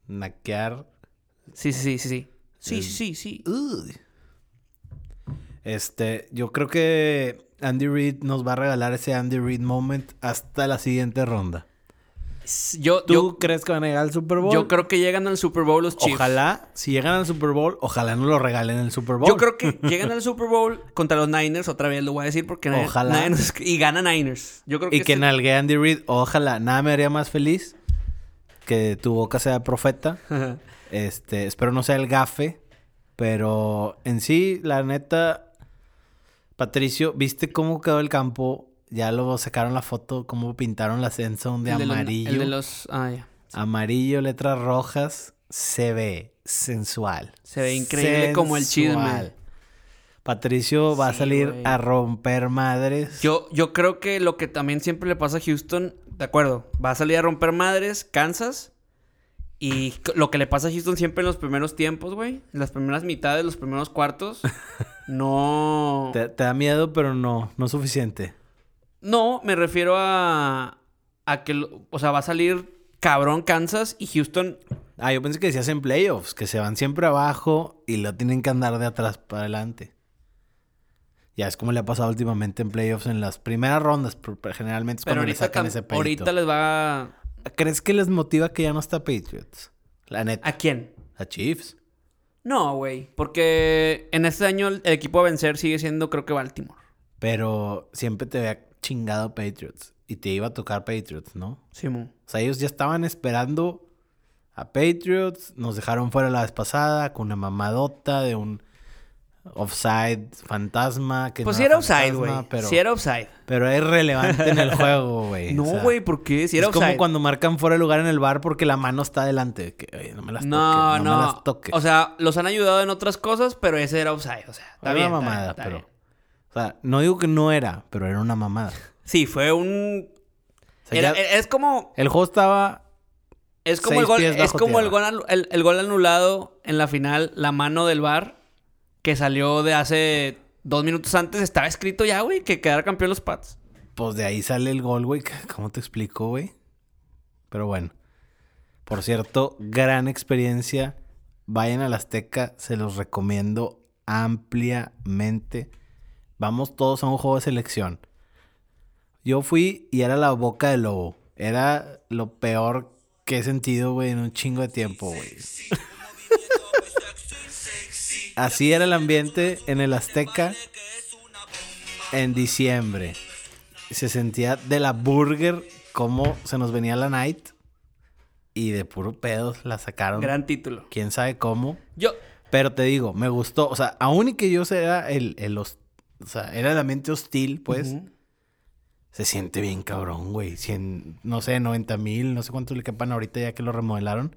B: Naquear.
A: Sí, sí, sí, sí, Mm. sí. Sí,
B: Es-
A: sí, sí, sí.
B: Uy. Este, yo creo que Andy Reid nos va a regalar ese Andy Reid moment hasta la siguiente ronda.
A: S- Yo,
B: ¿Tú
A: yo,
B: crees que van a llegar al Super Bowl?
A: yo creo que llegan al Super Bowl los Chiefs.
B: Ojalá, si llegan al Super Bowl, ojalá no lo regalen en el Super Bowl.
A: Yo creo que llegan al Super Bowl contra los Niners, otra vez lo voy a decir porque nadie-
B: Ojalá.
A: nadie nos- y gana Niners. Yo creo que,
B: Y que
A: este-
B: nalgue Andy Reid, ojalá. Nada me haría más feliz que tu boca sea profeta. Este, espero no sea el gafe, pero en sí, la neta, Patricio, ¿viste cómo quedó el campo? Ya lo sacaron la foto, cómo pintaron la end zone de
A: El los-
B: amarillo.
A: el de los. Ah, ya.
B: Amarillo, letras rojas, se ve sensual.
A: Se ve increíble como el chisme.
B: Sensual. Patricio va a
A: Sí,
B: salir
A: güey.
B: a romper madres.
A: Yo, yo creo que lo que también siempre le pasa a Houston, de acuerdo, va a salir a romper madres, Kansas. Y c- lo que le pasa a Houston siempre en los primeros tiempos, güey. En las primeras mitades, los primeros cuartos. No.
B: Te, te da miedo, pero no, no suficiente.
A: No, me refiero a. A que. lo- O sea, va a salir cabrón Kansas y Houston.
B: Ah, yo pensé que decías en playoffs, que se van siempre abajo y lo tienen que andar de atrás para adelante. Ya es como le ha pasado últimamente en playoffs en las primeras rondas, por- por- generalmente es
A: Pero
B: cuando le
A: ahorita,
B: sacan
A: tam-
B: ese pedito.
A: ahorita les va. A...
B: ¿Crees que les motiva que ya no está Patriots? La neta,
A: ¿A quién?
B: a Chiefs.
A: No, güey. Porque en este año el el equipo a vencer sigue siendo, creo que Baltimore.
B: Pero siempre te había chingado Patriots y te iba a tocar Patriots, ¿no?
A: Simón.
B: O sea, ellos ya estaban esperando a Patriots. Nos dejaron fuera la vez pasada con una mamadota de un offside fantasma. Que
A: Pues
B: no
A: si era
B: fantasma,
A: offside, güey.
B: Pero,
A: Si era offside.
B: pero es relevante en el juego, güey.
A: No,
B: O sea,
A: güey, ¿por qué? Si era
B: es como
A: offside.
B: cuando marcan fuera de lugar en el bar porque la mano está adelante. Que, "Oye, no me las
A: No,
B: toques.
A: no.
B: No, me las toques.
A: O sea, los han ayudado en otras cosas, pero ese era offside. O sea, está
B: Era
A: bien.
B: una
A: está
B: mamada,
A: bien, está
B: pero.
A: bien.
B: O sea, no digo que no era, pero era una mamada.
A: Sí, fue un.
B: O sea,
A: era-
B: ya-
A: es como.
B: El juego estaba.
A: Es como
B: seis
A: el gol.
B: pies
A: Es
B: bajo
A: como el gol,
B: tierra.
A: anu- el, el gol anulado en la final, la mano del bar que salió de hace dos minutos antes. Estaba escrito ya, güey, que quedara campeón los Pats.
B: Pues de ahí sale el gol, güey. ¿Cómo te explico, güey? Pero bueno. Por cierto, gran experiencia. Vayan al Azteca, se los recomiendo ampliamente. Vamos todos a un juego de selección. Yo fui y era la boca del lobo. Era lo peor que he sentido, güey, en un chingo de tiempo, güey. Así era el ambiente en el Azteca en diciembre. Se sentía de la burger como se nos venía la night. Y de puro pedos la sacaron.
A: Gran título.
B: Quién sabe cómo.
A: Yo.
B: Pero te digo, me gustó. O sea, aún y que yo sea el, el hos- o sea, era el ambiente hostil, pues.
A: Ujú.
B: Se siente bien cabrón, güey. 100, no sé, 90 mil, no sé cuánto le capan ahorita ya que lo remodelaron.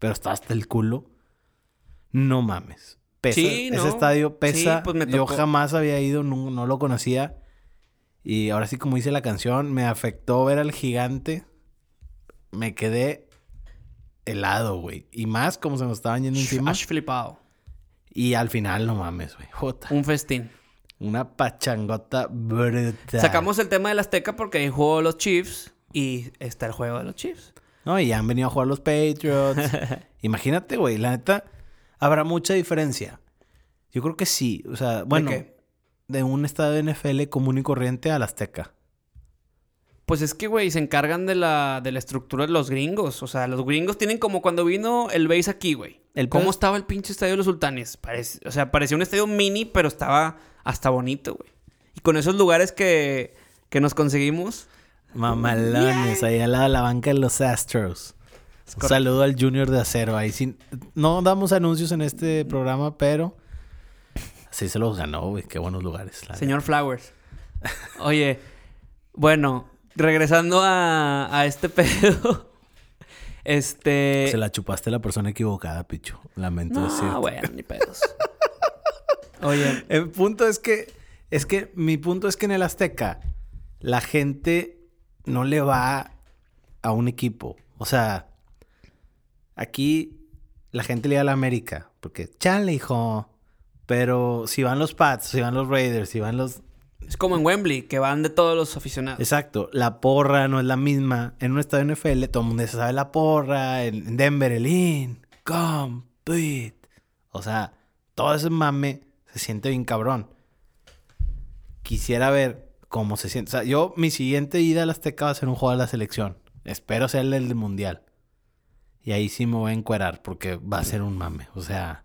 B: Pero está hasta el culo. No mames. Pesa,
A: Sí,
B: Ese
A: no.
B: estadio pesa.
A: Sí, pues me
B: Yo
A: tocó.
B: jamás había ido, no, no lo conocía. Y ahora sí, como dice la canción, me afectó ver al gigante. Me quedé helado, güey. Y más como se nos estaban yendo encima.
A: Ash flipado.
B: Y al final, no mames, güey. Jota.
A: Un festín.
B: Una pachangota brutal.
A: Sacamos el tema del Azteca porque ahí jugó los Chiefs y está el juego de los Chiefs.
B: No, y ya han venido a jugar los Patriots. Imagínate, güey, la neta, habrá mucha diferencia. Yo creo que sí. O sea, bueno, ¿De,
A: qué?
B: un estado de NFL común y corriente al Azteca.
A: Pues es que, güey, se encargan de la, de la estructura de los gringos. O sea, los gringos tienen como cuando vino el base aquí, güey.
B: El
A: ¿Cómo
B: pedo-
A: estaba el pinche estadio de los sultanes? Parece- o sea, parecía un estadio mini, pero estaba hasta bonito, güey. Y con esos lugares que, que nos conseguimos.
B: Mamalones, ahí al lado de la banca de los Astros. Un
A: correcto.
B: saludo al Junior de Acero. Ahí sin... No damos anuncios en este programa, pero sí se los ganó, güey. Qué buenos lugares. la
A: Señor Flowers. Oye, bueno, regresando a, a este pedo. Este.
B: neta. Pues Se la chupaste a la persona equivocada, Pichu. Lamento decir.
A: No, bueno, ni pedos. Oye,
B: El punto es que, es que, mi punto es que en el Azteca, la gente no le va a un equipo. O sea, aquí la gente le va a la América, porque chale, hijo. Pero si van los Pats, si van los Raiders, si van los.
A: es como en Wembley, que van de todos los aficionados.
B: Exacto, la porra no es la misma. En un estadio NFL, todo el mundo se sabe la porra. En Denver, el in, complete. O sea, todo ese mame se siente bien cabrón. Quisiera ver cómo se siente. O sea, yo, mi siguiente ida al Azteca va a ser un juego de la selección. Espero ser el del Mundial. Y ahí sí me voy a encuerar porque va a ser un mame. O sea,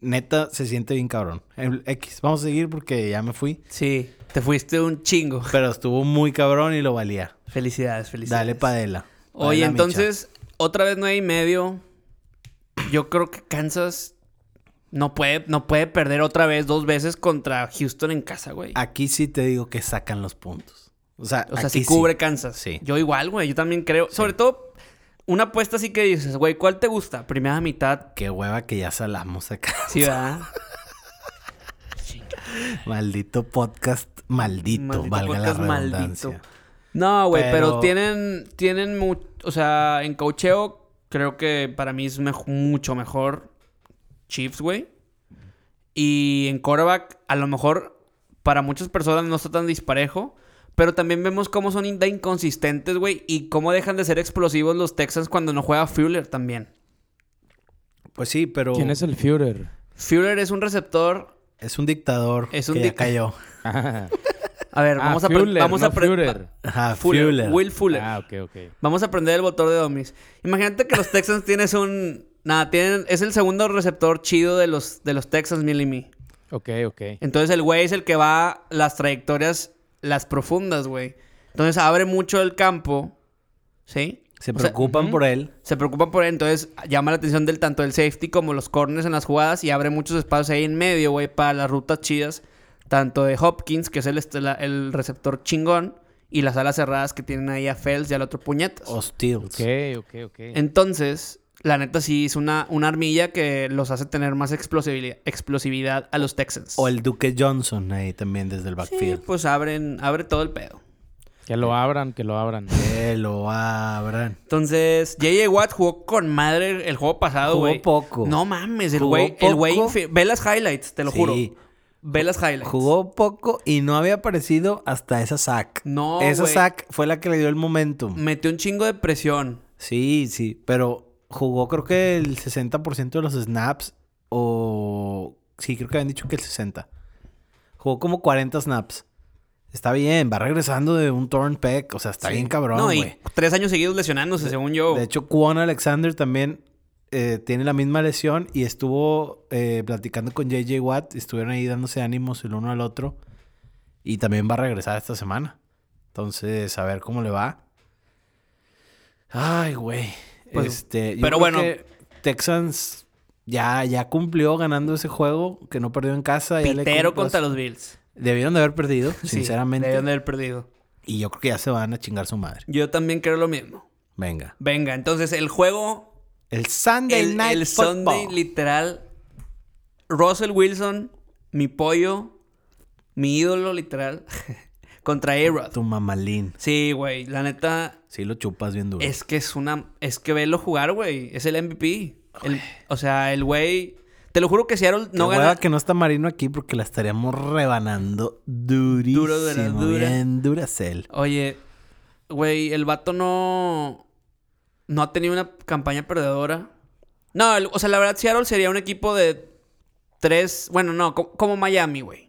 B: neta, se siente bien cabrón. El X, vamos a seguir porque ya me fui.
A: Sí, te fuiste un chingo.
B: Pero estuvo muy cabrón y lo valía.
A: Felicidades, felicidades.
B: Dale, Padela.
A: Oye,
B: Padela,
A: entonces, otra vez nueve y medio. Yo creo que Kansas. No puede, no puede perder otra vez dos veces contra Houston en casa, güey.
B: Aquí sí te digo que sacan los puntos. O sea,
A: O sea, si
B: aquí sí.
A: cubre Kansas.
B: Sí.
A: Yo igual, güey. Yo también creo. Sobre todo, una apuesta así que dices, güey, ¿cuál te gusta? Primera mitad.
B: Qué hueva que ya salamos acá.
A: Sí, ¿verdad?
B: Maldito podcast maldito,
A: Maldito
B: valga
A: podcast
B: la redundancia.
A: maldito. No, güey, pero...
B: Pero-
A: tienen, tienen, mu- o sea, en cocheo creo que para mí es mej- mucho mejor Chiefs, güey. Y en quarterback, a lo mejor para muchas personas no está tan disparejo, pero también vemos cómo son in- de inconsistentes, güey, y cómo dejan de ser explosivos los Texans cuando no juega Fuller también.
B: Pues sí, pero
C: ¿Quién es
B: es,
C: el Führer?
A: Fuller es un receptor.
B: un dictador
A: Es
B: es
A: un
B: un que ya
A: dic-
B: cayó.
C: Ah,
A: A ver, vamos a aprender.
C: Führer,
A: Vamos
C: no
A: a apre-
C: Führer.
B: Ajá,
A: Fuller,
B: Fuller.
A: Will Fuller.
C: Ah, ok, ok.
A: Vamos a aprender el botón de domis. Imagínate que los Texans tienes un. Nada, tienen. Es el segundo receptor chido de los, de los Texans, Millimi.
C: Ok, ok.
A: Entonces el güey es el que va las trayectorias, las profundas, güey. Entonces abre mucho el campo. ¿Sí?
B: Se
A: O sea,
B: preocupan por él.
A: se preocupan por él, entonces llama la atención del tanto del safety como los corners en las jugadas y abre muchos espacios ahí en medio, güey, para las rutas chidas, tanto de Hopkins, que es el, este- la- el receptor chingón, y las alas cerradas que tienen ahí a Fels y al otro puñetas.
B: O Steels.
C: Ok, ok, ok.
A: Entonces, la neta sí es una, una armilla que los hace tener más explosivili- explosividad a los Texans.
B: O el Duque Johnson ahí también desde el
A: Sí,
B: backfield.
A: pues abren, abre todo el pedo.
C: Que lo abran, que lo abran.
B: Que lo abran.
A: Entonces, J.J. Watt jugó con madre el juego pasado,
B: Jugó
A: güey.
B: poco.
A: No mames, el
B: Jugó
A: güey, el güey,
B: poco.
A: infi- ve las highlights, te lo
B: Sí.
A: juro. Ve las highlights.
B: Jugó poco y no había aparecido hasta esa sack.
A: No,
B: Esa
A: güey.
B: sack fue la que le dio el momentum.
A: Metió un chingo de presión.
B: Sí, sí, pero jugó creo que el 60% de los snaps o... Sí, creo que habían dicho que el 60. Jugó como 40 snaps. Está bien, va regresando de un torn peck, o sea, está bien cabrón,
A: no,
B: güey.
A: y tres años seguidos lesionándose, según yo.
B: De hecho, Kwon Alexander también eh, tiene la misma lesión y estuvo eh, platicando con JJ Watt. Estuvieron ahí dándose ánimos el uno al otro. Y también va a regresar esta semana. Entonces, a ver cómo le va. Ay, güey.
A: Pues,
B: este, yo
A: pero
B: creo
A: bueno.
B: que Texans ya, ya cumplió ganando ese juego que no perdió en casa. ya le
A: Pitero
B: cumplió-
A: contra los Bills.
B: Debieron de haber perdido,
A: Sí,
B: sinceramente.
A: Debieron de haber perdido.
B: Y yo creo que ya se van a chingar su madre.
A: Yo también creo lo mismo.
B: Venga.
A: Venga, entonces el juego
B: El Sunday
A: el,
B: Night
A: el
B: Football.
A: Sunday, literal. Russell Wilson, mi pollo, mi ídolo, literal. contra A-Rod.
B: Tu mamalín.
A: Sí, güey. La neta
B: Sí, lo chupas bien duro.
A: es que es una. Es que velo jugar, güey. Es el MVP. El- o sea, el güey. Te lo juro que Seattle
B: no
A: no gana.
B: que no está Marino aquí porque la estaríamos rebanando durísimo.
A: Duro de la dura.
B: Bien duracel.
A: Oye, güey, el vato no. No ha tenido una campaña perdedora. No, el- o sea, la verdad, Seattle sería un equipo de tres. Bueno, no, co- como Miami, güey.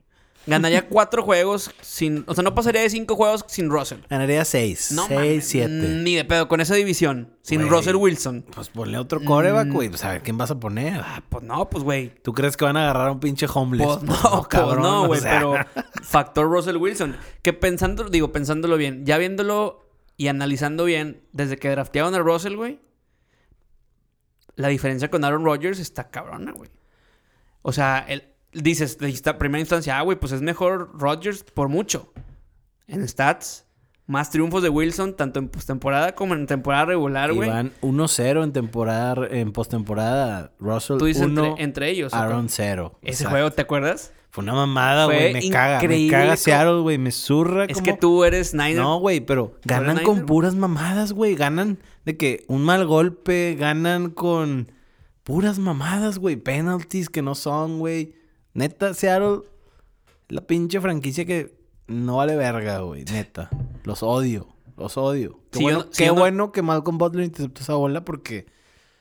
A: Ganaría cuatro juegos sin. O sea, no pasaría de cinco juegos sin Russell.
B: Ganaría 6.
A: No,
B: 6,
A: mames,
B: 7.
A: Ni de pedo, con esa división. Sin
B: Güey.
A: Russell Wilson.
B: Pues ponle otro
A: Mm.
B: coreback, güey. Pues a ver quién vas a poner.
A: Ah, pues no, pues, güey.
B: ¿Tú crees que van a agarrar a un pinche homeless?
A: Pues no, cabrón. No,
B: o
A: güey,
B: sea,
A: pero factor Russell Wilson. Que pensando, digo, pensándolo bien, ya viéndolo y analizando bien, desde que draftearon a Russell, güey, la diferencia con Aaron Rodgers está cabrona, güey. O sea, él, dices, de esta primera instancia, ah, güey, pues es mejor Rodgers por mucho. En stats, más triunfos de Wilson, tanto en postemporada como en temporada regular,
B: Y
A: güey.
B: van 1-0 en temporada, en postemporada. Russell
A: Tú dices
B: 1,
A: entre, entre ellos. ¿o
B: Aaron
A: cómo?
B: 0.
A: Ese juego, ¿te acuerdas?
B: Fue una mamada, güey.
A: Fue
B: Me caga. Me
A: increíble
B: caga
A: co-
B: Seattle, güey. Me zurra.
A: Es
B: como-
A: que tú eres Niner.
B: No, güey, pero ganan
A: Niner,
B: con
A: güey.
B: puras mamadas, güey. Ganan de que un mal golpe, ganan con puras mamadas, güey. Penalties que no son, güey. Neta, Seattle, la pinche franquicia que no vale verga, güey. Neta. Los odio. Los odio. Qué
A: Sí, yo
B: bueno,
A: no- sí,
B: qué
A: yo no-
B: bueno que Malcolm Butler interceptó esa bola porque...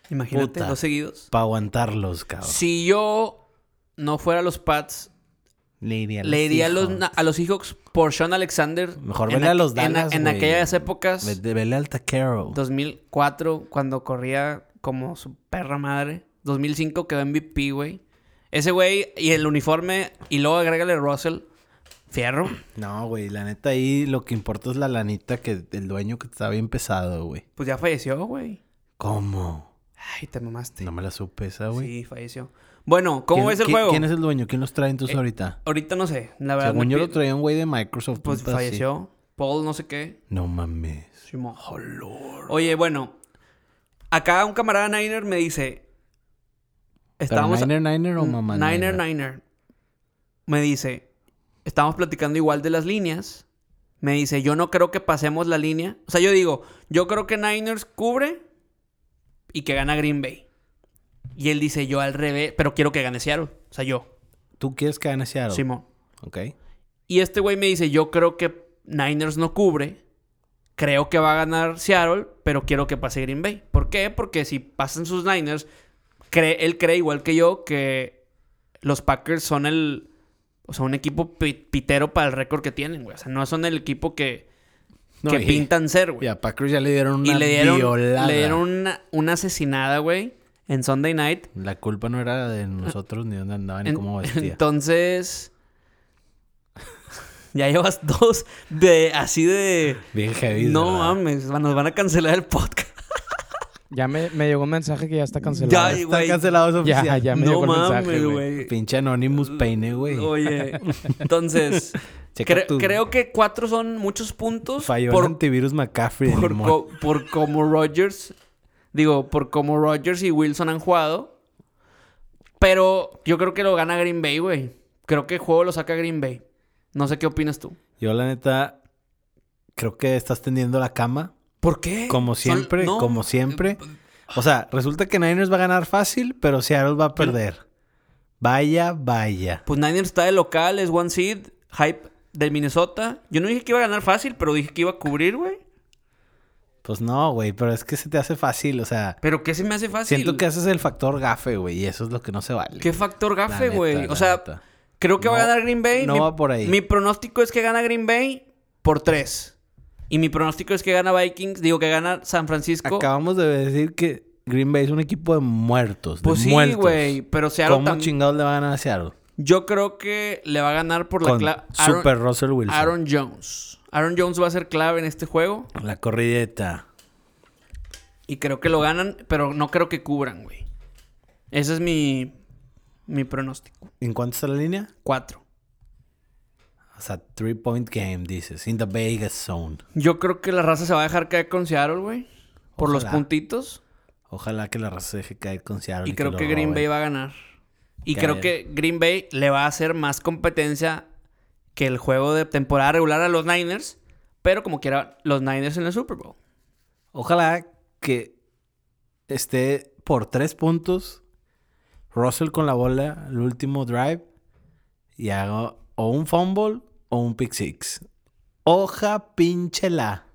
A: Imagínate,
B: Puta.
A: dos seguidos.
B: Para aguantarlos, cabrón.
A: Si yo no fuera a los Pats,
B: Le iría a los
A: le iría a los,
B: Seahawks.
A: na- a los Seahawks por Sean Alexander.
B: Mejor
A: en
B: vele a
A: aqu-
B: los
A: en a-
B: Dallas,
A: En,
B: güey.
A: aquellas épocas,
B: Vete- Vele al taquero.
A: 2004, cuando corría como su perra madre. 2005 quedó MVP, güey. Ese güey y el uniforme, y luego agrégale Russell. Fierro.
B: No, güey, la neta ahí lo que importa es la lanita que el dueño que está bien pesado, güey.
A: Pues ya falleció, güey.
B: ¿Cómo?
A: Ay, te mamaste.
B: No me la supe esa, güey.
A: sí, falleció. Bueno, ¿cómo
B: ¿Quién-
A: ves el
B: quién-
A: juego?
B: ¿Quién es el dueño? ¿Quién los trae entonces
A: Eh,
B: ahorita?
A: Ahorita no sé, la verdad.
B: Según
A: no
B: yo lo
A: pi-
B: traía un güey de Microsoft.
A: Pues
B: un pedo así.
A: falleció. Paul, no sé qué.
B: No mames.
A: Simón. Oye, bueno. Acá un camarada Niner me dice.
B: ¿Pero
A: Estábamos.
B: Niner Niner o mamá
A: Niner Niner. Me dice. Estábamos platicando igual de las líneas. Me dice, yo no creo que pasemos la línea. O sea, yo digo, yo creo que Niners cubre y que gana Green Bay. Y él dice, yo al revés, pero quiero que gane Seattle. O sea, yo,
B: ¿Tú quieres que gane Seattle?
A: Simón.
B: Ok.
A: Y este güey me dice, yo creo que Niners no cubre. Creo que va a ganar Seattle, pero quiero que pase Green Bay. ¿Por qué? Porque si pasan sus Niners, cree, él cree igual que yo que los Packers son el... O sea, un equipo pi- pitero para el récord que tienen, güey. O sea, no son el equipo que,
B: No,
A: que
B: y-
A: pintan ser,
B: Y
A: güey.
B: a Packers ya le dieron
A: Y
B: una
A: le dieron,
B: violada.
A: le dieron una, una asesinada, güey, en Sunday Night.
B: La culpa no era de nosotros, ni dónde andaba, ni
A: En-
B: cómo vestía.
A: Entonces... Ya llevas dos de así de...
B: Bien heavy.
A: No
B: ¿verdad?
A: mames, va- nos van a cancelar el podcast.
C: Ya me, me llegó un mensaje que ya está
A: Ya,
C: cancelado.
A: y-
B: Está
A: güey.
B: cancelado es
C: Ya,
B: oficial.
C: ya, me
A: no
C: llegó el mensaje,
A: mames,
C: güey.
A: güey.
B: Pinche Anonymous Peine, güey.
A: Oye, entonces,
B: Checa
A: cre-
B: tu-
A: creo que cuatro son muchos puntos
B: Falló el
A: por,
B: antivirus McCaffrey. de
A: por,
B: limón.
A: co- por cómo Rogers, digo, por cómo Rogers y Wilson han jugado. Pero yo creo que lo gana Green Bay, güey. Creo que el juego lo saca Green Bay. No sé qué opinas tú.
B: Yo, la neta, creo que estás tendiendo la cama.
A: ¿Por qué?
B: Como
A: Son-
B: siempre,
A: no,
B: como siempre. O sea, resulta que Niners va a ganar fácil, pero Seattle va a perder. Vaya, vaya.
A: Pues Niners está de local, es one seed, hype del Minnesota. Yo no dije que iba a ganar fácil, pero dije que iba a cubrir, güey.
B: Pues no, güey, pero es que se te hace fácil, o sea,
A: Pero ¿qué se me hace fácil?
B: siento que ese es el factor gafe, güey, y eso es lo que no se vale.
A: ¿Qué factor
B: La
A: gafe,
B: neta,
A: güey?
B: la
A: O sea,
B: neta.
A: creo que va a
B: No-
A: ganar Green Bay.
B: no
A: Mi-
B: va por ahí.
A: Mi pronóstico es que gana Green Bay por tres. Y mi pronóstico es que gana Vikings, digo que gana San Francisco.
B: acabamos de decir que Green Bay es un equipo de muertos, de
A: pues sí,
B: muertos.
A: güey. Pero Seattle
B: ¿Cómo
A: tam-
B: chingados le va a ganar a Seattle?
A: Yo creo que le va a ganar por la
B: Con
A: clave. Aaron,
B: Super Russell Wilson.
A: Aaron Jones. Aaron Jones va a ser clave en este juego.
B: La corrideta.
A: Y creo que lo ganan, pero no creo que cubran, güey. Ese es mi, mi pronóstico.
B: ¿En cuánto está la línea?
A: Cuatro.
B: O sea, three point game, dices. In the Vegas zone.
A: Yo creo que la raza se va a dejar caer con Seattle, güey. Por los
B: Ojalá.
A: puntitos.
B: Ojalá que la raza se deje caer con Seattle.
A: Y creo
B: lo
A: que Green
B: roben.
A: Bay va a ganar. Y
B: Que
A: creo
B: a
A: que Green Bay le va a hacer más competencia que el juego de temporada regular a los Niners. Pero como quiera, los Niners en el Super Bowl.
B: Ojalá que esté por tres puntos. Russell con la bola, el último drive. Y haga o un fumble o un pick six. Oja pinche la.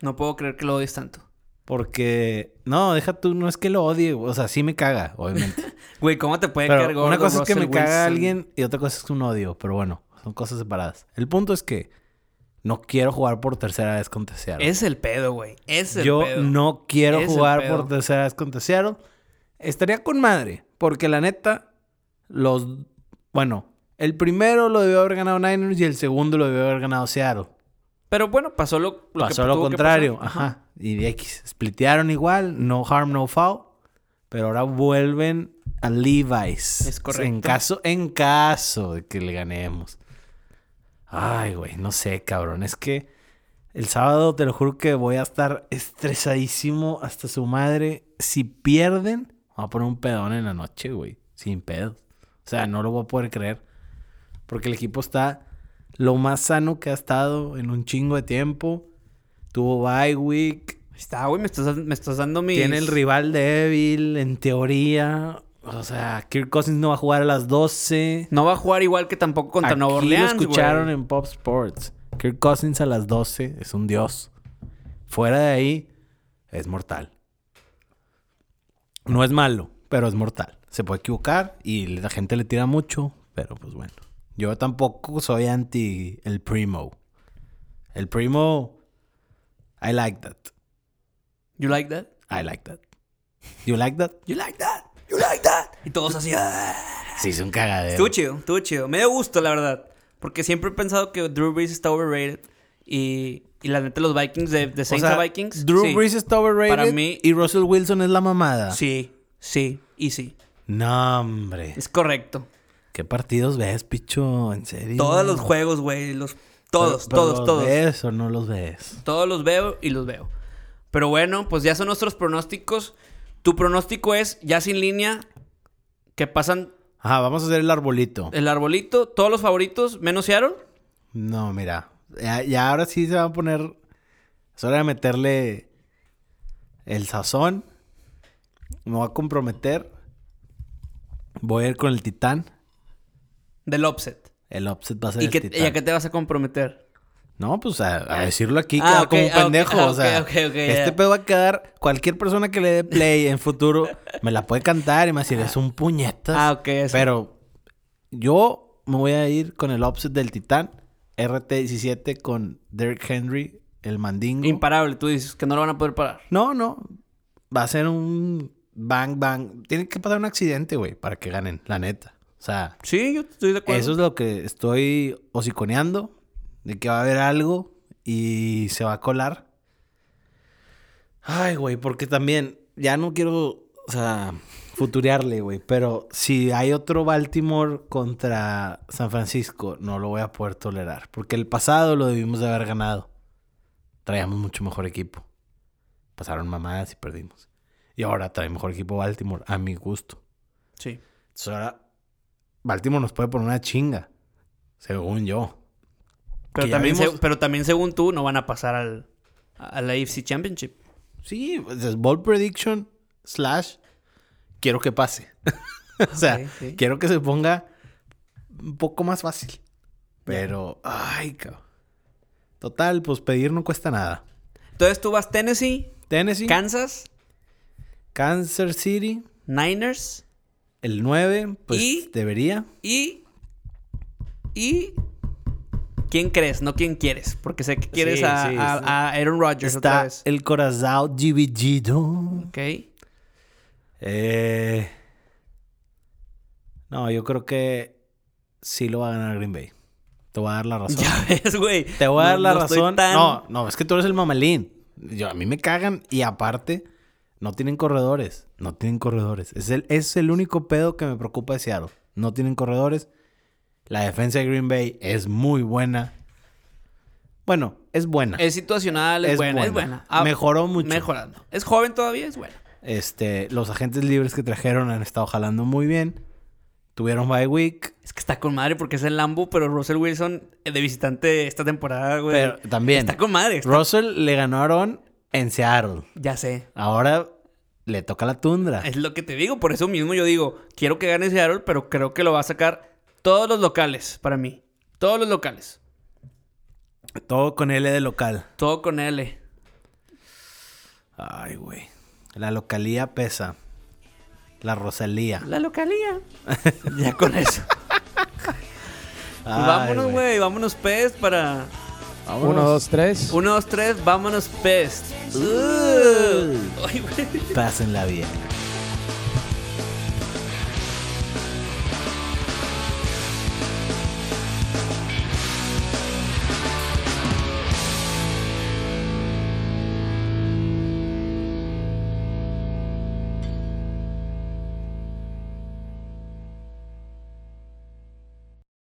A: No puedo creer que lo odies tanto.
B: Porque, no, deja tú, no es que lo odie. O sea, sí me caga, obviamente.
A: Güey, ¿cómo te puede caer
B: Pero
A: gordo
B: una cosa es que me
A: Russell
B: caga
A: Wilson?
B: alguien y otra cosa es un odio. Pero bueno, son cosas separadas. El punto es que no quiero jugar por tercera vez contra Seattle.
A: Es el pedo, güey. Es el
B: Yo
A: pedo.
B: no quiero
A: Es el
B: jugar
A: pedo.
B: por tercera vez contra Seattle. Estaría con madre, porque la neta, los. Bueno, el primero lo debió haber ganado Niners y el segundo lo debió haber ganado Seattle.
A: Pero bueno, pasó lo, lo que
B: Pasó lo
A: tuvo que
B: contrario.
A: pasar.
B: Ajá. Y de X. Splitearon igual, no harm, no foul. Pero ahora vuelven a Levi's.
A: Es correcto.
B: En caso, en caso de que le ganemos. Ay, güey, no sé, cabrón. Es que el sábado te lo juro que voy a estar estresadísimo hasta su madre. Si pierden, voy a poner un pedón en la noche, güey. Sin pedos. O sea, no lo voy a poder creer. Porque el equipo está lo más sano que ha estado en un chingo de tiempo. Tuvo bye week.
A: Ahí Está, güey, me estás, me estás dando mi.
B: Tiene el rival débil, en teoría. O sea, Kirk Cousins no va a jugar a las 12.
A: No va a jugar igual que tampoco contra
B: Aquí
A: Nueva Orleans.
B: Lo
A: güey.
B: escucharon en Pop Sports. Kirk Cousins a las 12 es un dios. Fuera de ahí, es mortal. No es malo, pero es mortal. Se puede equivocar y la gente le tira mucho, pero pues bueno. Yo tampoco soy anti el primo. El primo, I like that.
A: You like that?
B: I like that. You like that?
A: You like that? You like that? Y todos así. "Ah".
B: Sí, es un cagadero.
A: Estuvo chido, estuvo chido. Me dio gusto, la verdad. Porque siempre he pensado que Drew Brees está overrated. Y Y la neta, los Vikings de, de Saints a Vikings.
B: Drew
A: sí.
B: Brees está overrated
A: Para mí-
B: y Russell Wilson es la mamada.
A: Sí, sí, y sí.
B: No, hombre.
A: Es correcto.
B: ¿Qué partidos ves, picho? ¿En serio?
A: Todos los juegos, güey. Los...
B: Pero-
A: Todos,
B: pero
A: todos,
B: ¿los
A: todos.
B: ves o no los ves?
A: Todos los veo y los veo. Pero bueno, pues ya son nuestros pronósticos. Tu pronóstico es, ya sin línea, que pasan
B: Ajá, vamos a hacer el arbolito.
A: el arbolito, todos los favoritos, menos Seattle.
B: No, mira. Ya, ya ahora sí se va a poner. Es hora de meterle el sazón. Me voy a comprometer. Voy a ir con el titán.
A: Del offset.
B: El offset va a ser
A: ¿Y,
B: el
A: que,
B: titán.
A: ¿Y a qué te vas a comprometer?
B: No, pues a, a decirlo aquí
A: Ah,
B: quedar
A: ok,
B: como
A: ah, ok,
B: pendejo.
A: ah,
B: o sea,
A: ok, ok, ok,
B: este
A: ya.
B: pedo va a quedar. Cualquier persona que le dé play en futuro me la puede cantar y me va a decir, es un puñetas.
A: Ah, ok. eso.
B: Pero yo me voy a ir con el offset del Titán, RT17 con Derrick Henry, el mandingo.
A: Imparable, tú dices que no lo van a poder parar.
B: no, no. Va a ser un bang bang. Tiene que pasar un accidente, güey, para que ganen, la neta. O sea,
A: Sí, yo estoy de acuerdo.
B: eso es lo que estoy hociconeando, de que va a haber algo y se va a colar. Ay, güey, porque también ya no quiero, o sea, futurearle, güey, pero si hay otro Baltimore contra San Francisco, no lo voy a poder tolerar, porque el pasado lo debimos de haber ganado. Traíamos mucho mejor equipo. Pasaron mamadas y perdimos. Y ahora trae mejor equipo Baltimore, a mi gusto.
A: Sí.
B: Entonces ahora Baltimore nos puede poner una chinga, según yo.
A: Pero
B: Que ya
A: también, se-
B: vimos-
A: pero también según tú no van a pasar al, a la AFC Championship.
B: Sí, pues, es bold prediction slash quiero que pase. o sea,
A: Ok, ok.
B: quiero que se ponga un poco más fácil. Pero, ay, cabrón. Total, pues pedir no cuesta nada.
A: Entonces tú vas Tennessee,
B: Tennessee,
A: Kansas,
B: Kansas City,
A: Niners
B: el 9, pues
A: Y-
B: debería.
A: y... ¿Y quién crees? No quién quieres. Porque sé que quieres
B: Sí,
A: a,
B: sí,
A: a-
B: sí.
A: a Aaron Rodgers otra
B: Está
A: vez.
B: el Corazao dividido.
A: Ok.
B: Eh, no, yo creo que sí lo va a ganar Green Bay. Te voy a dar la razón.
A: Ya ves, güey.
B: Te voy a dar
A: No-
B: la
A: no estoy
B: razón.
A: tan-
B: No, no, es que tú eres el mamalín. Yo, a mí me cagan y aparte no tienen corredores. No tienen corredores. Es el, es el único pedo que me preocupa de Seattle. No tienen corredores. La defensa de Green Bay es muy buena. Bueno, es buena.
A: Es situacional, es,
B: Es
A: buena, es
B: buena.
A: buena. Ah,
B: Mejoró mucho.
A: Mejorando. Es joven todavía, es buena.
B: Este, los agentes libres que trajeron han estado jalando muy bien. Tuvieron bye week.
A: Es que está con madre porque es el Lambo, pero Russell Wilson eh, de visitante esta temporada, güey.
B: Pero también.
A: Está con madre. está-
B: Russell le ganaron en Seattle.
A: Ya sé.
B: Ahora le toca la tundra.
A: Es lo que te digo. Por eso mismo yo digo, quiero que gane Seattle, pero creo que lo va a sacar todos los locales para mí. Todos los locales.
B: Todo con L de local.
A: Todo con L.
B: Ay, güey. La localía pesa. La Rosalía.
A: La localía. ya con eso. Y
B: Ay,
A: vámonos, güey. Vámonos, Pest, para...
C: Uno, dos, tres.
A: Uno, dos, tres. Vámonos, Pest.
B: Uh.
A: Ay, güey.
B: Pásenla bien.